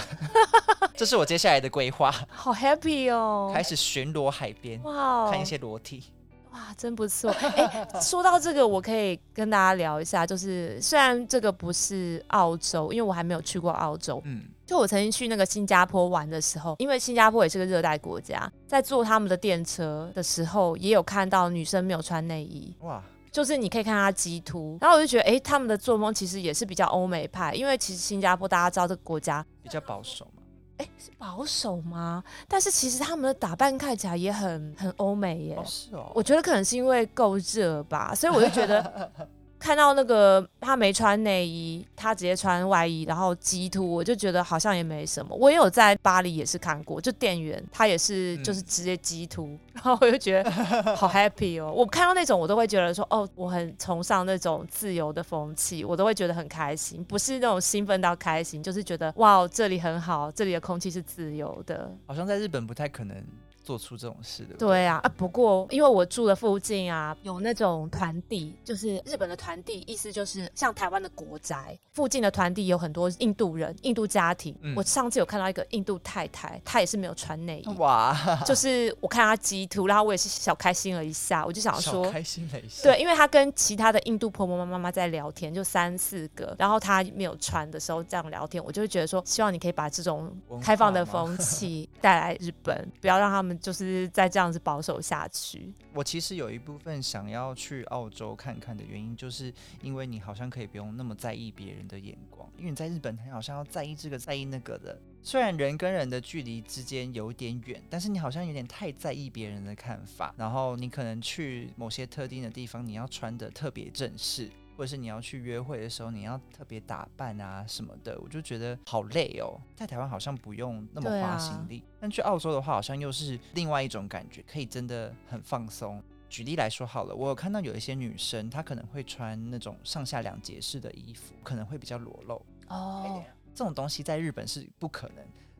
S2: 这是我接下来的规划，
S3: 好 happy 哦！
S2: 开始巡逻海边，
S3: 哇哦，
S2: 看一些裸体。
S3: 哇，真不错。哎、说到这个，我可以跟大家聊一下，就是虽然这个不是澳洲，因为我还没有去过澳洲，
S2: 嗯，
S3: 就我曾经去那个新加坡玩的时候，因为新加坡也是个热带国家，在坐他们的电车的时候，也有看到女生没有穿内衣，
S2: 哇，
S3: 就是你可以看她鸡突。然后我就觉得，哎、他们的作风其实也是比较欧美派，因为其实新加坡大家知道这个国家
S2: 比较保守嘛。
S3: 哎、是保守吗？但是其实他们的打扮看起来也很很欧美耶。
S2: 哦，是哦，
S3: 我觉得可能是因为够热吧，所以我就觉得看到那个他没穿内衣，他直接穿外衣，然后鸡突，我就觉得好像也没什么。我也有在巴黎也是看过，就店员他也是
S2: 嗯
S3: 就是直接鸡突， [laughs] 然后我就觉得好 happy 哦。我看到那种我都会觉得说哦，我很崇尚那种自由的风气，我都会觉得很开心，不是那种兴奋到开心，就是觉得哇这里很好，这里的空气是自由的，
S2: 好像在日本不太可能做出这种事，对不对？
S3: 对啊，啊，不过因为我住的附近啊，有那种团地，就是日本的团地，意思就是像台湾的国宅，附近的团地有很多印度人、印度家庭。
S2: 嗯
S3: 我上次有看到一个印度太太，她也是没有穿内
S2: [laughs]
S3: 衣，
S2: 哇，
S3: 就是我看她鸡突，然后我也是小开心了一下，我就想
S2: 小
S3: 说，
S2: 开心了一下，
S3: 对，因为她跟其他的印度婆婆妈妈妈在聊天，就三四个，然后她没有穿的时候这样聊天，我就会觉得说，希望你可以把这种
S2: 文化
S3: 开放的
S2: 吗 [laughs]
S3: 风气带来日本，不要让他们就是再这样子保守下去。
S2: 我其实有一部分想要去澳洲看看的原因，就是因为你好像可以不用那么在意别人的眼光，因为你在日本，你好像要在意这个在意那个的。虽然人跟人的距离之间有点远，但是你好像有点太在意别人的看法，然后你可能去某些特定的地方，你要穿的特别正式。或者是你要去约会的时候，你要特别打扮啊什么的，我就觉得好累哦。在台湾好像不用那么
S3: 对
S2: 花
S3: 啊
S2: 心力，但去澳洲的话，好像又是另外一种感觉，可以真的很放松。举例来说好了，我有看到有一些女生，她可能会穿那种上下两节式的衣服，可能会比较裸露。
S3: 哦，
S2: 这种东西在日本是不可能，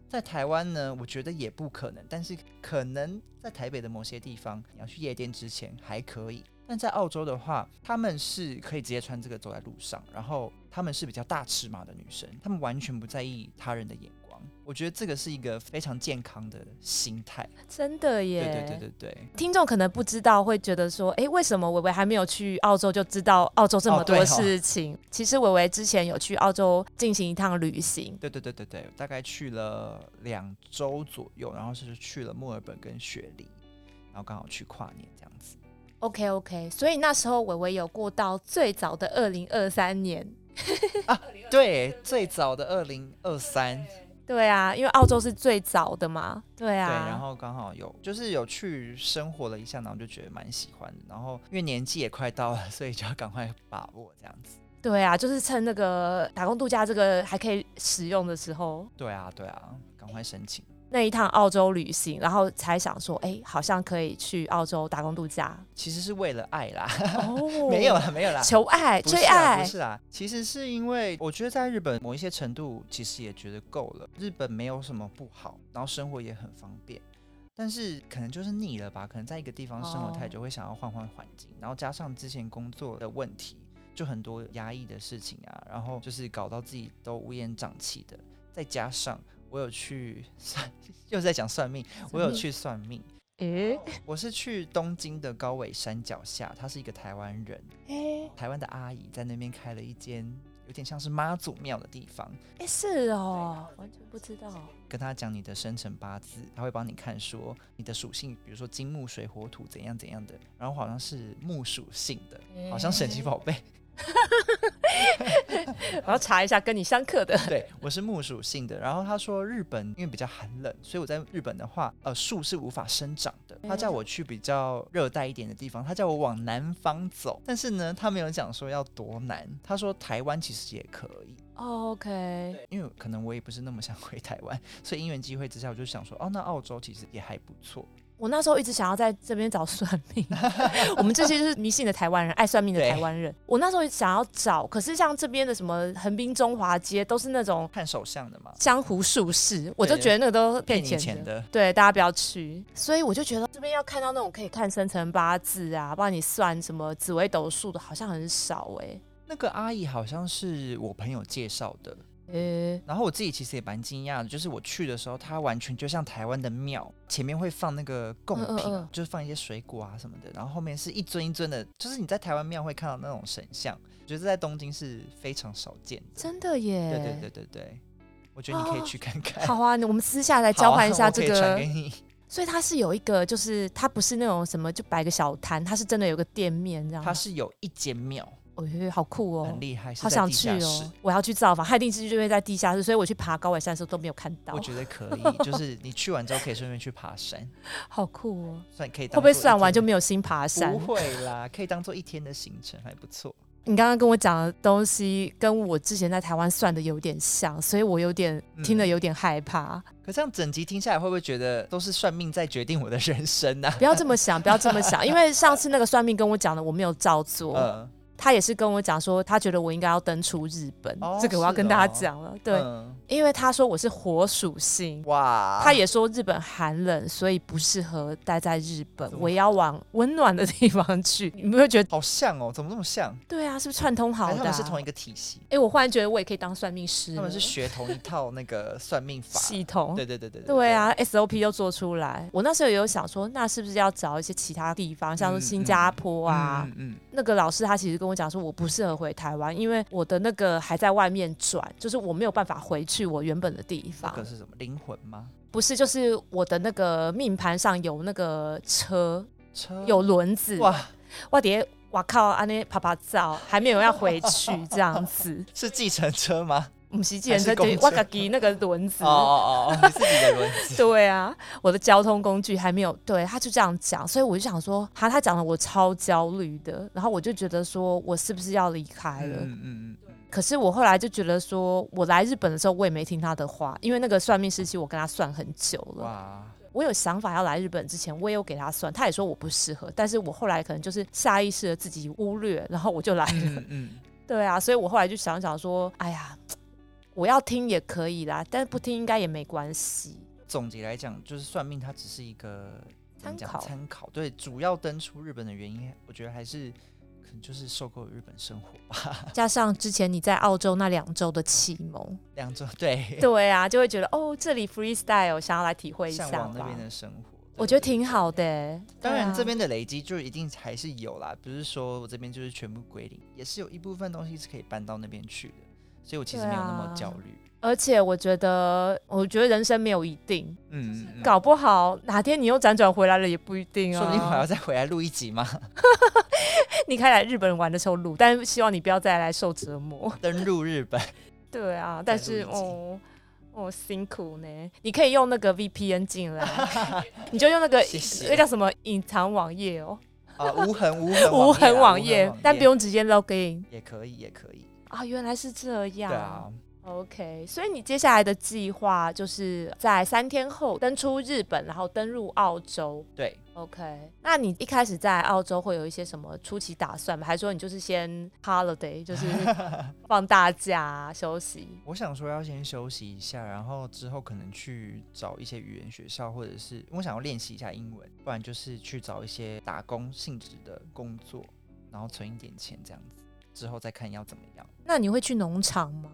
S2: 在台湾呢，我觉得也不可能，但是可能在台北的某些地方，你要去夜店之前还可以。但在澳洲的话，她们是可以直接穿这个走在路上，然后她们是比较大尺码的女生，她们完全不在意他人的眼光。我觉得这个是一个非常健康的心态。
S3: 真的耶！
S2: 对对对对对。
S3: 听众可能不知道，会觉得说，诶，为什么伟伟还没有去澳洲就知道澳洲这么
S2: 哦对
S3: 多
S2: 哦
S3: 事情？其实伟伟之前有去澳洲进行一趟旅行，
S2: 对对对对对，大概去了两周左右，然后是去了墨尔本跟雪梨，然后刚好去跨年这样子。
S3: OK OK，所以那时候伟伟有过到最早的二零二三年。
S2: 对，最早的二零二三，
S3: 对啊，因为澳洲是最早的嘛。对
S2: 对，
S3: 啊，
S2: 然后刚好有就是有去生活了一下，然后就觉得蛮喜欢的。然后因为年纪也快到了，所以就要赶快把握这样子。
S3: 对啊，就是趁那个打工度假这个还可以使用的时候，
S2: 对啊，对啊，赶快申请。
S3: 那一趟澳洲旅行，然后才想说，哎、好像可以去澳洲打工度假。
S2: 其实是为了爱啦， [laughs]
S3: 哦
S2: 没有啦，没有啦，
S3: 求
S2: [laughs]
S3: 爱、
S2: 不是
S3: 追
S2: 啊，
S3: 爱
S2: 不，是啊，其实是因为我觉得在日本某一些程度，其实也觉得够了。日本没有什么不好，然后生活也很方便，但是可能就是腻了吧。可能在一个地方生活太久，会想要换换环境，然后加上之前工作的问题，就很多压抑的事情啊，然后就是搞到自己都乌烟瘴气的。 [laughs] 再加上我有去算， [laughs] 又在讲算命，我有去算命。
S3: 诶、
S2: 我是去东京的高尾山脚下，他是一个台湾人，
S3: 诶
S2: 台湾的阿姨在那边开了一间有点像是妈祖庙的地方，
S3: 诶，是哦，完全不知道。
S2: 跟她讲你的生辰八字，她会帮你看说你的属性，比如说金木水火土怎样怎样的，然后好像是木属性的，好像神奇宝贝。 [laughs]
S3: 我要查一下跟你相克的。
S2: 对，我是木属性的。然后他说日本因为比较寒冷，所以我在日本的话，呃，树是无法生长的。他叫我去比较热带一点的地方，他叫我往南方走。但是呢，他没有讲说要多南，他说台湾其实也可以。
S3: 哦 OK，
S2: 因为可能我也不是那么想回台湾，所以因缘机会之下，我就想说，哦，那澳洲其实也还不错。
S3: 我那时候一直想要在这边找算命， [laughs] 我们这些就是迷信的台湾人，爱算命的台湾人。我那时候一直想要找，可是像这边的什么横滨中华街，都是那种
S2: 看手相的嘛，
S3: 江湖术士，我就觉得那个都
S2: 骗
S3: 骗
S2: 你
S3: 钱
S2: 钱
S3: 的。
S2: 的。
S3: 对，大家不要去。所以我就觉得这边要看到那种可以看生辰八字啊，帮你算什么紫微斗数的，好像很少哎、
S2: 那个阿姨好像是我朋友介绍的，
S3: 诶、
S2: 然后我自己其实也蛮惊讶的，就是我去的时候，它完全就像台湾的庙，前面会放那个贡
S3: 嗯嗯
S2: 品啊，
S3: 嗯
S2: 就是放一些水果啊什么的，然后后面是一尊一尊的，就是你在台湾庙会看到那种神像，我觉得在东京是非常少见的。
S3: 真的耶。
S2: 对对对对对，我觉得你可以
S3: 哦
S2: 去看看。
S3: 好啊，我们私下来
S2: 好啊
S3: 交换一下
S2: 我可
S3: 这
S2: 以
S3: 个。
S2: 传给你。
S3: 所以它是有一个，就是它不是那种什么就摆个小摊，它是真的有个店面这样。
S2: 它是有一间庙，
S3: 哦哟，好酷哦
S2: 很，厉害，是
S3: 好
S2: 在
S3: 想
S2: 地
S3: 去
S2: 下室
S3: 哦，我要去造访。海定之就会在地下室，所以我去爬高尾山的时候都没有看到
S2: 我，觉得可
S3: [laughs]
S2: 以，就是你去完之后可以顺便去爬山，
S3: 好酷哦。
S2: 算可以
S3: 会
S2: 当
S3: 不会
S2: 做一
S3: 算完就
S2: 天
S3: 没有新爬山
S2: 不？会啦， [laughs] 可以当做一天的行程，还不
S3: [laughs]
S2: 错。
S3: 你刚刚跟我讲的东西跟我之前在台湾算的有点像，所以我有点
S2: 嗯
S3: 听了有点害怕。
S2: 可这样整集听下来，会不会觉得都是算命在决定我的人生啊呢、
S3: 不要这么想，不要这
S2: [laughs]
S3: 么想，因为上次那个算命跟我讲的， [laughs] 我没有照做。
S2: 嗯，
S3: 他也是跟我讲说，他觉得我应该要登出日本，
S2: 哦
S3: 这个我要
S2: 是
S3: 跟大家
S2: 哦
S3: 讲了。对，
S2: 嗯
S3: 因为他说我是火属性。
S2: 哇，
S3: 他也说日本寒冷，所以不适合待在日本
S2: 怎，么
S3: 我也要往温暖的地方去。 [laughs] 你们会觉得
S2: 好像哦，怎么那么像？
S3: 对啊，是不是串通好
S2: 还是
S3: 的、
S2: 他
S3: 啊？
S2: 们是同一个体系，
S3: 哎、我忽然觉得我也可以当算命师了，
S2: 他们是学同一套那个算命法。
S3: 系统。
S2: 对对对对
S3: 对，啊，SOP 又做出来。我那时候也有想说，那是不是要找一些其他地方，像是
S2: 嗯
S3: 新加坡啊？
S2: 嗯嗯，
S3: 那个老师他其实跟我讲说，我不适合回台湾，因为我的那个还在外面转，就是我没有办法回去我原本的地
S2: 这
S3: 方。
S2: 个是什么灵魂吗？
S3: 不是，就是我的那个命盘上有那个车，
S2: 车
S3: 有轮子。哇，
S2: 哇，
S3: 我底哇靠，安尼啪啪照，还没有要回去这样
S2: [laughs]
S3: 子。
S2: 是计程车吗？
S3: 不是，既然在
S2: 还是公
S3: 对
S2: 车
S3: 我自己那个轮子
S2: 哦。哦哦哦，你自己的轮子。
S3: 对啊，我的交通工具还没有，对，他就这样讲，所以我就想说，哈，他讲的我超焦虑的，然后我就觉得说我是不是要离开了？
S2: 嗯嗯嗯，
S3: 可是我后来就觉得说，我来日本的时候我也没听他的话，因为那个算命师其实我跟他算很久了，
S2: 哇，
S3: 我有想法要来日本之前，我也有给他算，他也说我不适合，但是我后来可能就是下意识的自己忽略，然后我就来了。
S2: 嗯嗯，
S3: [laughs] 对啊，所以我后来就想想说，哎呀，我要听也可以啦，但是不听应该也没关系。
S2: 总结来讲，就是算命它只是一个怎么讲
S3: 参考
S2: 参考。对，主要登出日本的原因，我觉得还是可能就是受够日本生活吧。
S3: 加上之前你在澳洲那两周的启
S2: [laughs]
S3: 蒙，
S2: 两周对，
S3: 对啊，就会觉得哦，这里 freestyle，想要来体会一下
S2: 向往
S3: 吧
S2: 那边的生活，
S3: 我觉得
S2: 对
S3: 挺。好的欸、
S2: 当
S3: 对
S2: 然，
S3: 啊
S2: 这边的累积就一定还是有啦，不是说我这边就是全部归零，也是有一部分东西是可以搬到那边去的，所以我其实
S3: 对
S2: 没有那么
S3: 啊
S2: 焦虑。
S3: 而且我觉得，我觉得人生没有一定，
S2: 嗯，嗯嗯
S3: 搞不好哪天你又辗转回来了也不一定
S2: 说
S3: 哦。
S2: 不定我还要再回来录一集嘛，
S3: 你可以来日本玩的时候录，但希望你不要再来受
S2: [laughs]
S3: 折磨。
S2: 登入日本。
S3: 对啊，但
S2: 再
S3: 是
S2: 录一集
S3: 哦。哦，辛苦呢！你可以用那个 VPN
S2: [laughs]
S3: 进来，你就用那个
S2: 谢谢
S3: 那叫什么隐藏网页
S2: [laughs]
S3: 哦，
S2: 啊，无
S3: [laughs]
S2: 痕无痕
S3: 无痕
S2: 啊
S3: 网页，但不用直接 login
S2: 也可以，也可以。
S3: 啊，原来是这样。哦
S2: 对啊，
S3: OK，所以你接下来的计划就是在三天后登出日本，然后登入澳洲。
S2: 对，
S3: OK，那你一开始在澳洲会有一些什么初期打算吗？还是说你就是先
S2: [laughs]
S3: holiday，就是放大假、休息？
S2: 我想说要先休息一下，然后之后可能去找一些语言学校，或者是因为我想要练习一下英文，不然就是去找一些打工性质的工作，然后存一点钱这样子，之后再看要怎么样。
S3: 那你会去农场吗？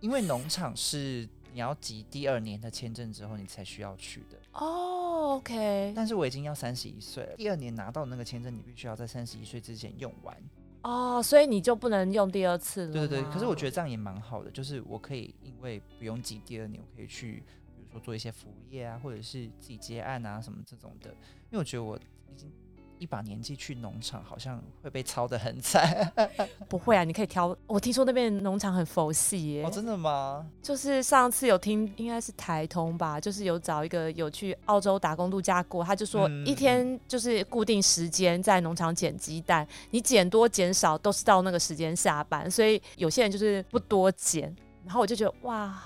S2: 因为农场是你要集第二年的签证之后你才需要去的，
S3: 哦、o k
S2: 但是我已经要三十一岁了，第二年拿到那个签证，你必须要在三十一岁之前用完。
S3: 哦所以你就不能用第二次了。
S2: 对对对，可是我觉
S3: 得，
S2: 得这样也蛮好的，就是我可以因为不用挤第二年，我可以去比如说做一些服务业啊，或者是自己接案啊什么这种的，因为我觉得我已经一把年纪去农场，好像会被操得很惨。
S3: 不会啊，你可以挑。我听说那边农场很佛系耶、
S2: 哦，真的吗？
S3: 就是上次有听，应该是台通吧，就是有找一个有去澳洲打工度假过，他就说
S2: 嗯
S3: 一天就是固定时间在农场捡鸡蛋，你捡多捡少都是到那个时间下班，所以有些人就是不多捡。然后我就觉得哇，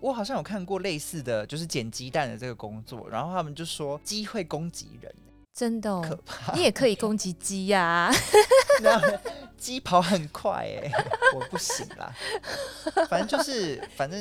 S2: 我好像有看过类似的，就是捡鸡蛋的这个工作，然后他们就说鸡会攻击人，
S3: 真的、
S2: 可
S3: 哦，
S2: 怕， [laughs]
S3: 你也可以攻击鸡呀、啊
S2: 然后鸡跑很快哎、 [laughs] 我不行啦，反正就是反正。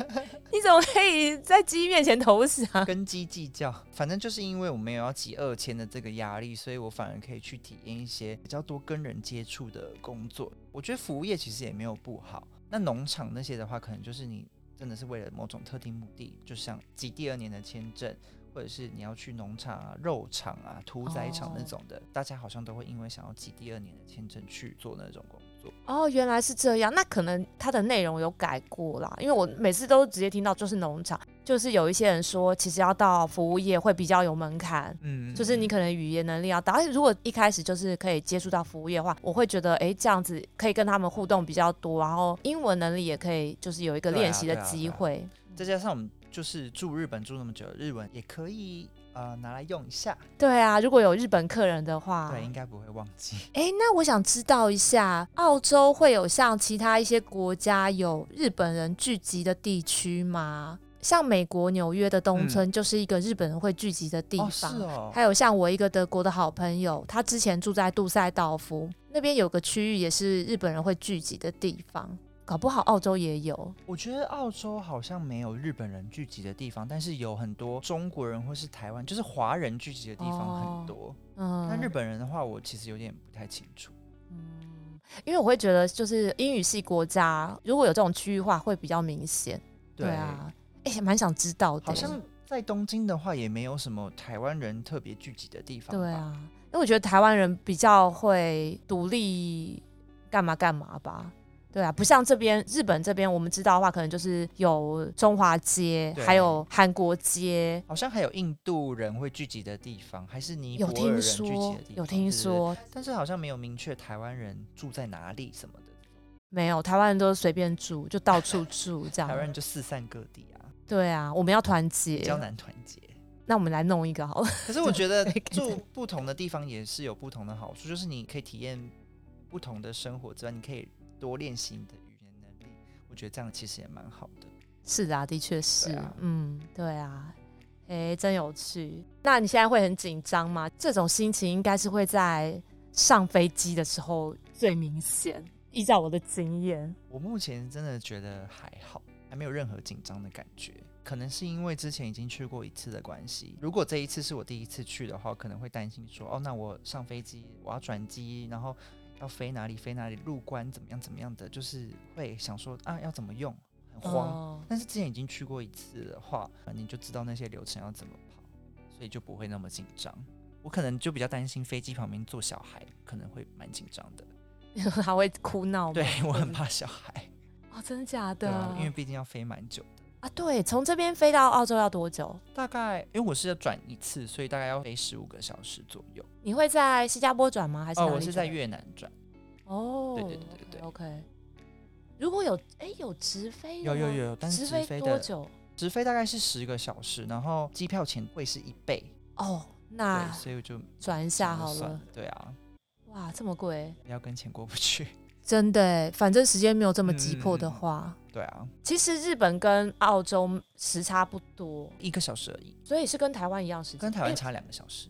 S3: [laughs] 你怎么可以在鸡面前投降？ [laughs]
S2: 跟鸡计较，反正就是因为我没有要挤二千的这个压力，所以我反而可以去体验一些比较多跟人接触的工作。我觉得服务业其实也没有不好。那农场那些的话，可能就是你真的是为了某种特定目的，就像挤第二年的签证，或者是你要去农场啊、肉场啊、屠宰场那种的，大家好像都会因为想要挤第二年的签证去做那种工作。
S3: 哦，原来是这样。那可能它的内容有改过啦，因为我每次都直接听到就是农场，就是有一些人说，其实要到服务业会比较有门槛。
S2: 嗯，
S3: 就是你可能语言能力要达，而且如果一开始就是可以接触到服务业的话，我会觉得哎、诶这样子可以跟他们互动比较多，然后英文能力也可以就是有一个
S2: 对啊
S3: 练习的
S2: 对啊对啊
S3: 机会。
S2: 再加上我们就是住日本住那么久，日文也可以呃拿来用一下，
S3: 对啊，如果有日本客人的话，
S2: 对，应该不会忘记。
S3: 哎，那我想知道一下，澳洲会有像其他一些国家有日本人聚集的地区吗？像美国纽约的东村就是一个日本人会聚集的地
S2: 嗯哦，是
S3: 方。
S2: 哦，
S3: 还有像我一个德国的好朋友，他之前住在杜塞道夫那边，有个区域也是日本人会聚集的地方，搞不好澳洲也有。
S2: 我觉得澳洲好像没有日本人聚集的地方，但是有很多中国人或是台湾，就是华人聚集的地方
S3: 哦
S2: 很多。
S3: 嗯，
S2: 那、日本人的话，我其实有点不太清楚。
S3: 嗯，因为我会觉得就是英语系国家如果有这种区域化会比较明显。对啊，哎、蛮想知道的。
S2: 好像在东京的话，也没有什么台湾人特别聚集的地方。
S3: 对，啊，因为我觉得台湾人比较会独立干嘛干嘛吧。对啊，不像这边日本这边，我们知道的话，可能就是有中华街，
S2: 对
S3: 还有韩国街。
S2: 好像还有印度人会聚集的地方，还是尼泊
S3: 有
S2: 尔
S3: 听
S2: 人聚集
S3: 说
S2: 的地方，，
S3: 有听
S2: 对，对
S3: 说，
S2: 对但是好像没有明确台湾人住在哪里什么的。
S3: 没有台湾人都随便住，就到处住这样
S2: 台。湾人就四散各地啊，
S3: 对啊，我们要团
S2: 比较
S3: 结。
S2: 难团结。
S3: 那我们来弄一个好了。
S2: 可是我觉得
S3: 对
S2: 住不同的地方也是有不同的好处，就是你可以体验不同的生活之外，你可以多练习你的语言能力。我觉得这样其实也蛮好的。
S3: 是啊，的确是，
S2: 对啊
S3: 嗯，对啊，哎、真有趣。那你现在会很紧张吗？这种心情应该是会在上飞机的时候最明显，依照我的经验。
S2: 我目前真的觉得还好，还没有任何紧张的感觉。可能是因为之前已经去过一次的关系，如果这一次是我第一次去的话，可能会担心说，哦，那我上飞机，我要转机，然后要飞哪里飞哪里，入关怎么样怎么样的，就是会想说啊，要怎么用，很慌。
S3: 哦
S2: 但是之前已经去过一次的话，呃你就知道那些流程要怎么跑，所以就不会那么紧张。我可能就比较担心飞机旁边坐小孩，可能会蛮紧张的。
S3: [laughs] 还嗯会哭闹吗？
S2: 对我
S3: 或
S2: 很
S3: 者
S2: 怕小孩，
S3: 哦，真的假的？
S2: 啊因为毕竟要飞蛮久的，
S3: 啊，对，从这边飞到澳洲要多久？
S2: 大概因为我是要转一次，所以大概要飞十五个小时左右。
S3: 你会在新加坡转吗？还是
S2: 哦，
S3: 哪
S2: 我
S3: 里
S2: 是在
S3: 转
S2: 越南转，
S3: 哦，
S2: 对对对对对
S3: OK, OK 如果有哎、有直飞的
S2: 有有
S3: 吗
S2: 有，但是
S3: 直
S2: 直
S3: 飞
S2: 飞
S3: 多
S2: 的
S3: 久？
S2: 直飞大概是十个小时，然后机票钱会是一倍，
S3: 哦，
S2: 对，
S3: 那
S2: 所以我就
S3: 转一下
S2: 想说
S3: 好
S2: 算
S3: 了。
S2: 对啊，
S3: 哇，这么贵，
S2: 不要跟钱过不去，
S3: 真的欸，反正时间没有这么急迫的话，
S2: 对啊，
S3: 其实日本跟澳洲时差不多，
S2: 一个小时而已，
S3: 所以是跟台湾一样时间。
S2: 跟台湾
S3: 诶
S2: 差两个小时。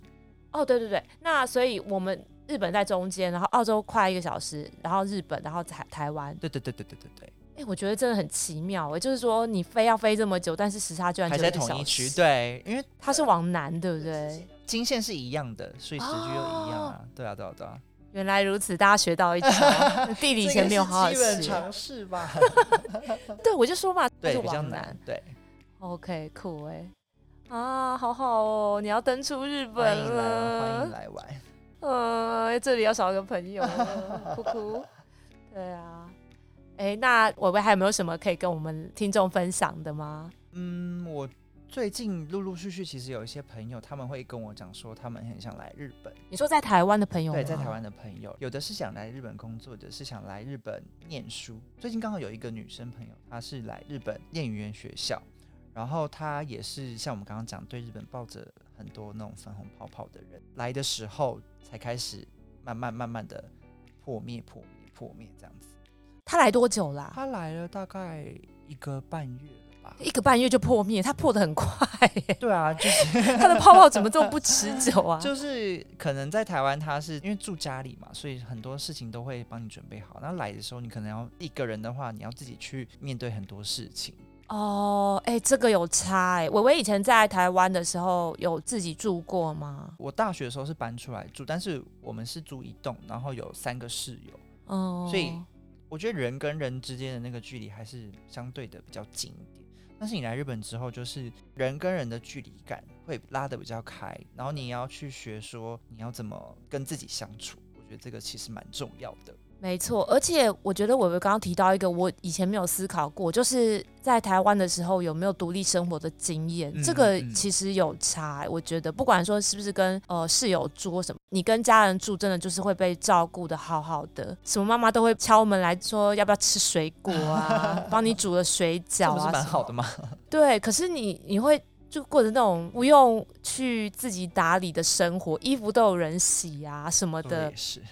S3: 哦，对对对，那所以我们日本在中间，然后澳洲快一个小时，然后日本，然后台台湾。
S2: 对对对对对对对。
S3: 哎、我觉得真的很奇妙哎、就是说你飞要飞这么久，但是时差居然
S2: 还
S3: 只
S2: 在
S3: 有个
S2: 同
S3: 小
S2: 一区，
S3: 时，
S2: 对，因为
S3: 它是往南，对不对？
S2: 经线是一样的，所以时区又一样啊，对啊，对啊，对啊。
S3: 原来如此，大家学到一
S2: [laughs]
S3: 招，地理以前没有好好
S2: 这个是基本
S3: 学。
S2: 常识吧？
S3: 对，我就说嘛，它
S2: [laughs] 对，
S3: 是
S2: 比较
S3: 往
S2: 难，对。
S3: OK，酷哎、
S2: 欸
S3: 啊，好好哦，你要登出日
S2: 欢
S3: 本
S2: 迎来玩，欢迎
S3: 了，
S2: 来玩。
S3: 呃，这里要少一个朋友
S2: [laughs]
S3: 了，哭哭。对啊，哎、那伟伟还有没有什么可以跟我们听众分享的吗？
S2: 嗯，我最近陆陆续续其实有一些朋友，他们会跟我讲说，他们很想来日本。
S3: 你说在台湾的朋友
S2: 对，在
S3: 吗
S2: 台，湾的朋友，有的是想来日本工作，有的是想来日本念书。最近刚好有一个女生朋友，她是来日本念语言学校，然后她也是像我们刚刚讲，对日本抱着很多那种粉红泡泡的人，来的时候才开始慢慢慢慢的破灭、破灭、破灭这样子。
S3: 他来多久啦、
S2: 她来了大概一个半月了吧？
S3: 一个半月就破灭，他破的很快耶 [laughs]
S2: 对啊，就是
S3: 他的泡泡怎么这么不持久啊？
S2: [laughs] 就是可能在台湾，他是因为住家里嘛，所以很多事情都会帮你准备好。那来的时候，你可能要一个人的话，你要自己去面对很多事情。
S3: 哦，哎、这个有差哎、伟伟以前在台湾的时候有自己住过吗？
S2: 我大学的时候是搬出来住，但是我们是住一栋，然后有三个室友。
S3: 哦，
S2: 所以我觉得人跟人之间的那个距离还是相对的比较近一点。但是你来日本之后，就是人跟人的距离感会拉得比较开，然后你也要去学说你要怎么跟自己相处。我觉得这个其实蛮重要的。
S3: 没错，而且我觉得伟伟刚刚提到一个我以前没有思考过，就是在台湾的时候有没有独立生活的经验，
S2: 嗯
S3: 这个
S2: 嗯
S3: 其实有差欸、我觉得不管说是不是跟呃室友住或什么，你跟家人住真的就是会被照顾的好好的，什么妈妈都会敲门来说要不要吃水果
S2: [laughs]
S3: 啊，帮你煮了水
S2: 这
S3: 饺
S2: 不是
S3: 啊，
S2: 蛮好的吗？
S3: 对，可是你你会就过着那种不用去自己打理的生活，衣服都有人洗啊什么
S2: 说得 [laughs]
S3: 的
S2: 也，是，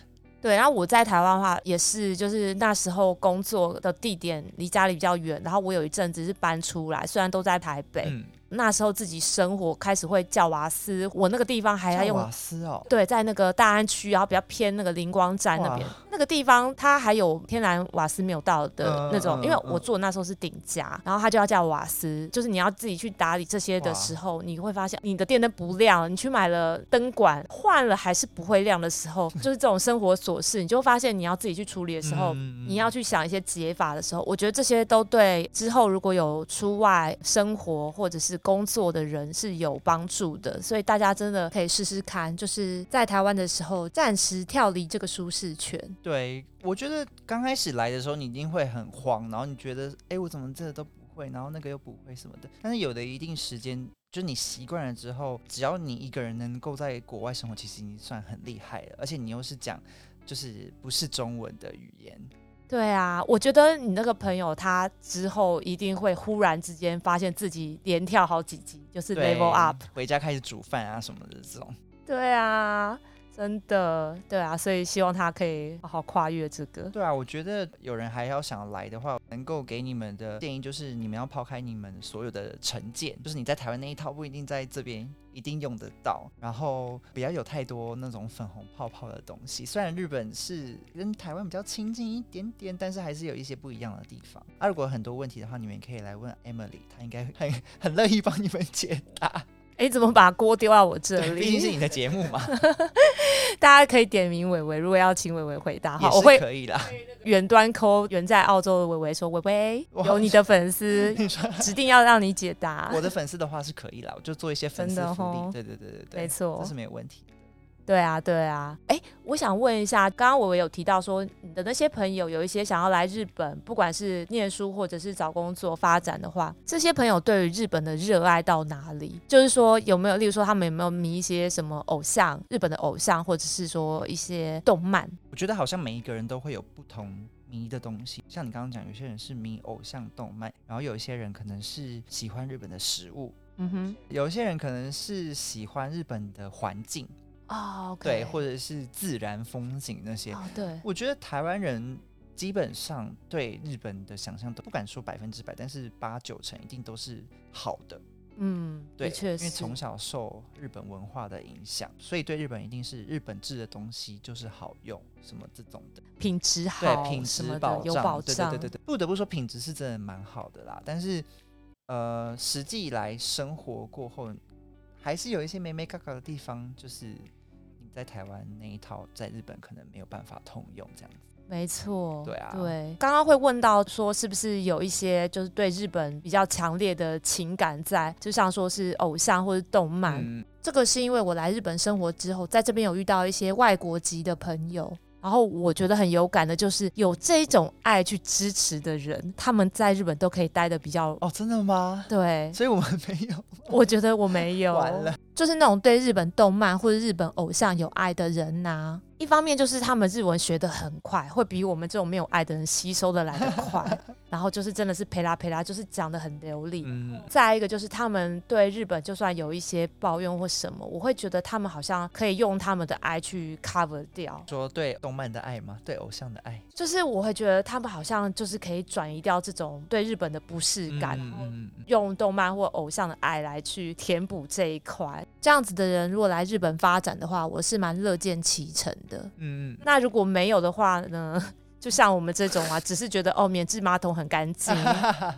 S3: 对，然后我在台湾的话也是，就是那时候工作的地点离家里比较远，然后我有一阵子是搬出来，虽然都在台北，
S2: 嗯，
S3: 那时候自己生活开始会叫瓦斯，我那个地方还要
S2: 像
S3: 哎用
S2: 瓦斯哦，
S3: 对，在那个大安区，然后比较偏那个灵光站那边
S2: 哇，
S3: 那个地方它还有天然瓦斯没有到的那种，
S2: 嗯嗯
S3: 因为
S2: 嗯
S3: 我住的那时候是顶家，然后它就要叫瓦斯，就是你要自己去打理这些的
S2: 哇
S3: 时候，你会发现你的电灯不亮，你去买了灯管换了还是不会亮的时
S2: [laughs]
S3: 候，就是这种生活琐事，你就会发现你要自己去处理的时候，
S2: 嗯
S3: 你要去想一些解法的时候，我觉得这些都对之后如果有出外生活或者是工作的人是有帮助的，所以大家真的可以试试看，就是在台湾的时候暂时跳离这个舒适圈。
S2: 对，我觉得刚开始来的时候，你一定会很慌，然后你觉得，哎，我怎么这个都不会，然后那个又不会什么的。但是有的一定时间，就你习惯了之后，只要你一个人能够在国外生活，其实已经算很厉害了。而且你又是讲就是不是中文的语言，
S3: 对啊，我觉得你那个朋友他之后一定会忽然之间发现自己连跳好几级，就是
S2: 对
S3: level up。
S2: 回家开始煮饭啊什么的这种。
S3: 对啊，真的，对啊，所以希望他可以好好跨越这个。
S2: 对啊，我觉得有人还要想来的话，能够给你们的建议就是，你们要抛开你们所有的成见，就是你在台湾那一套不一定在这边一定用得到，然后不要有太多那种粉红泡泡的东西。虽然日本是跟台湾比较亲近一点点，但是还是有一些不一样的地方。啊，如果有很多问题的话，你们也可以来问 Emily，她应该很 [laughs] 很乐意帮你们
S3: [laughs]
S2: 解答。
S3: 哎，怎么把锅丢到我这
S2: 对，
S3: 里？
S2: 毕竟是你的节目嘛，
S3: [laughs] 大家可以点名伟伟，如果要请伟伟回答，
S2: 也
S3: 好，我
S2: 是
S3: 会
S2: 可以
S3: [laughs]
S2: 啦。 [laughs]
S3: 远端抠远在澳洲的伟伟说：“伟伟，
S2: 哇
S3: 有你的粉丝
S2: [laughs] 你说
S3: 指定要让你解答
S2: 我。的粉丝的话是可以啦，我就做一些粉丝
S3: 真的
S2: 福利。
S3: 哦
S2: 对对对对”对，
S3: 没错
S2: 这，是没有问题的。”
S3: 对啊，对啊。哎，我想问一下，刚刚伟伟有提到说，你的那些朋友有一些想要来日本，不管是念书或者是找工作发展的话，这些朋友对于日本的热爱到哪里？就是说，有没有，例如说，他们有没有迷一些什么偶像，日本的偶像，或者是说一些动漫？
S2: 我觉得好像每一个人都会有不同迷的东西，像你刚刚讲，有些人是迷偶像动漫，然后有一些人可能是喜欢日本的食物，
S3: 嗯哼，
S2: 有一些人可能是喜欢日本的环境，
S3: 哦，OK，
S2: 对，或者是自然风景那些。
S3: 哦，对，
S2: 我觉得台湾人基本上对日本的想象都不敢说百分之百，但是八九成一定都是好的。
S3: 嗯，
S2: 对，
S3: 的确
S2: 因为
S3: 是，
S2: 从小受日本文化的影响，所以对日本一定是日本制的东西就是好用，什么这种的。
S3: 品质好，
S2: 对品
S3: 什
S2: 质
S3: 么
S2: 保
S3: 的有保
S2: 对
S3: 障，
S2: 对对对对，不得不说品质是真的蛮好的啦。但是呃，实际来生活过后，还是有一些美美嘎嘎的地方，就是你在台湾那一套，在日本可能没有办法通用这样子。
S3: 没错，
S2: 对啊
S3: 对。刚刚会问到说，是不是有一些就是对日本比较强烈的情感在，就像说是偶像或者动漫，
S2: 嗯，
S3: 这个是因为我来日本生活之后，在这边有遇到一些外国籍的朋友。然后我觉得很有感的就是有这种爱去支持的人，他们在日本都可以待的比较、
S2: 哦，真的吗？ [laughs]
S3: 对。
S2: 所以我们没有 [laughs]
S3: 我觉得我没有，
S2: 完了，
S3: 就是那种对日本动漫或者日本偶像有爱的人呐、一方面就是他们日文学得很快，会比我们这种没有爱的人吸收的来得
S2: [laughs]
S3: 快，然后就是真的是陪啦陪啦，就是讲得很流利。
S2: 嗯，
S3: 再一个就是他们对日本就算有一些抱怨或什么，我会觉得他们好像可以用他们的爱去 cover 掉，
S2: [laughs] 说对动漫的爱吗？对偶像的爱，
S3: 就是我会觉得他们好像就是可以转移掉这种对日本的不适感，
S2: 嗯嗯嗯
S3: 用动漫或偶像的爱来去填补这一块。这样子的人如果来日本发展的话，我是蛮乐见其成的。
S2: 嗯，嗯
S3: 那如果没有的话呢？就像我们这种啊，只是觉得哦，免治马桶很干
S2: [laughs]
S3: 净，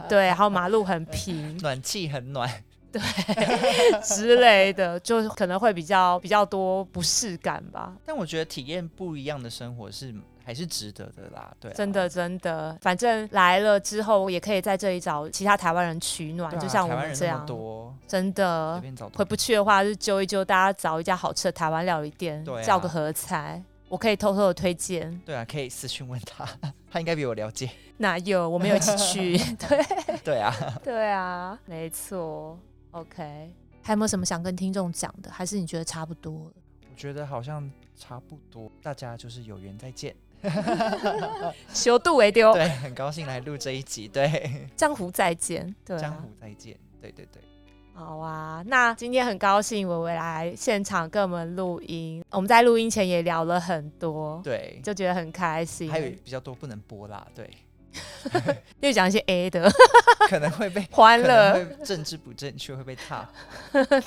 S3: 对，然后马路很平
S2: [laughs] 暖气很暖，
S3: 之类的，就可能会比较比较多不适感吧。
S2: 但我觉得体验不一样的生活是还是值得的啦，对啊，
S3: 真的真的，反正来了之后也可以在这里找其他台湾人取暖，
S2: 对啊
S3: 就像我
S2: 台湾
S3: 们
S2: 人
S3: 这
S2: 那么
S3: 样，
S2: 多，
S3: 真
S2: 随
S3: 的。
S2: 便找都
S3: 回不去的话，就揪一揪，大家找一家好吃的台湾料理店，
S2: 对啊
S3: 叫个合菜。我可以偷偷的推荐。
S2: 对啊，可以私讯问他， [laughs] 他应该比我了 [laughs] 解。
S3: 哪有？我们有一起
S2: [laughs]
S3: 去。对
S2: 对啊，
S3: 对啊，没错。OK，还有没有什么想跟听众讲的？还是你觉得差不多了？
S2: 我觉得好像差不多，大家就是有缘再见。
S3: 修度为丢，
S2: 对，很高兴来录这一集。对，
S3: 江湖再见。对、啊，
S2: 江湖再见。对对对。
S3: 好啊，那今天很高兴伟伟来现场跟我们录音。我们在录音前也聊了很多，
S2: 对，
S3: 就觉得很开心。
S2: 还有比较多不能播啦，对， [laughs]
S3: 又讲一些 A 的
S2: 可能会被
S3: 欢乐，
S2: 政治不正确会被 [laughs] 踏，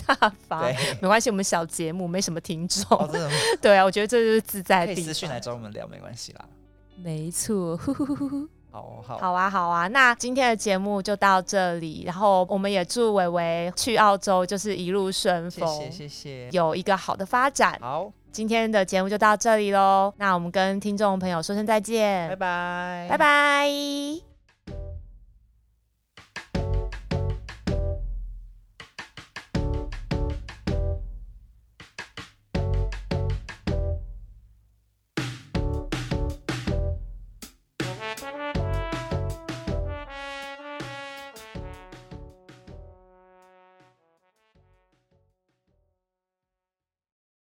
S3: 大发。
S2: 对，
S3: 没关系，我们小节目没什么听众。
S2: 哦，真的 [laughs] 吗
S3: [laughs] 对啊，我觉得这就是自在
S2: 可
S3: 的
S2: 以
S3: 地
S2: 私讯
S3: 方
S2: 来找我们聊，没关系啦。
S3: 没错，呼呼呼呼呼。
S2: 好哦好，
S3: 好啊，好啊，那今天的节目就到这里，然后我们也祝伟伟去澳洲就是一路顺
S2: 谢
S3: 风，
S2: 谢谢谢。
S3: 有一个好的发展。
S2: 好，
S3: 今天的节
S2: 嗯
S3: 目就到这里喽，那我们跟听众朋友说声再见，
S2: 拜拜，
S3: 拜拜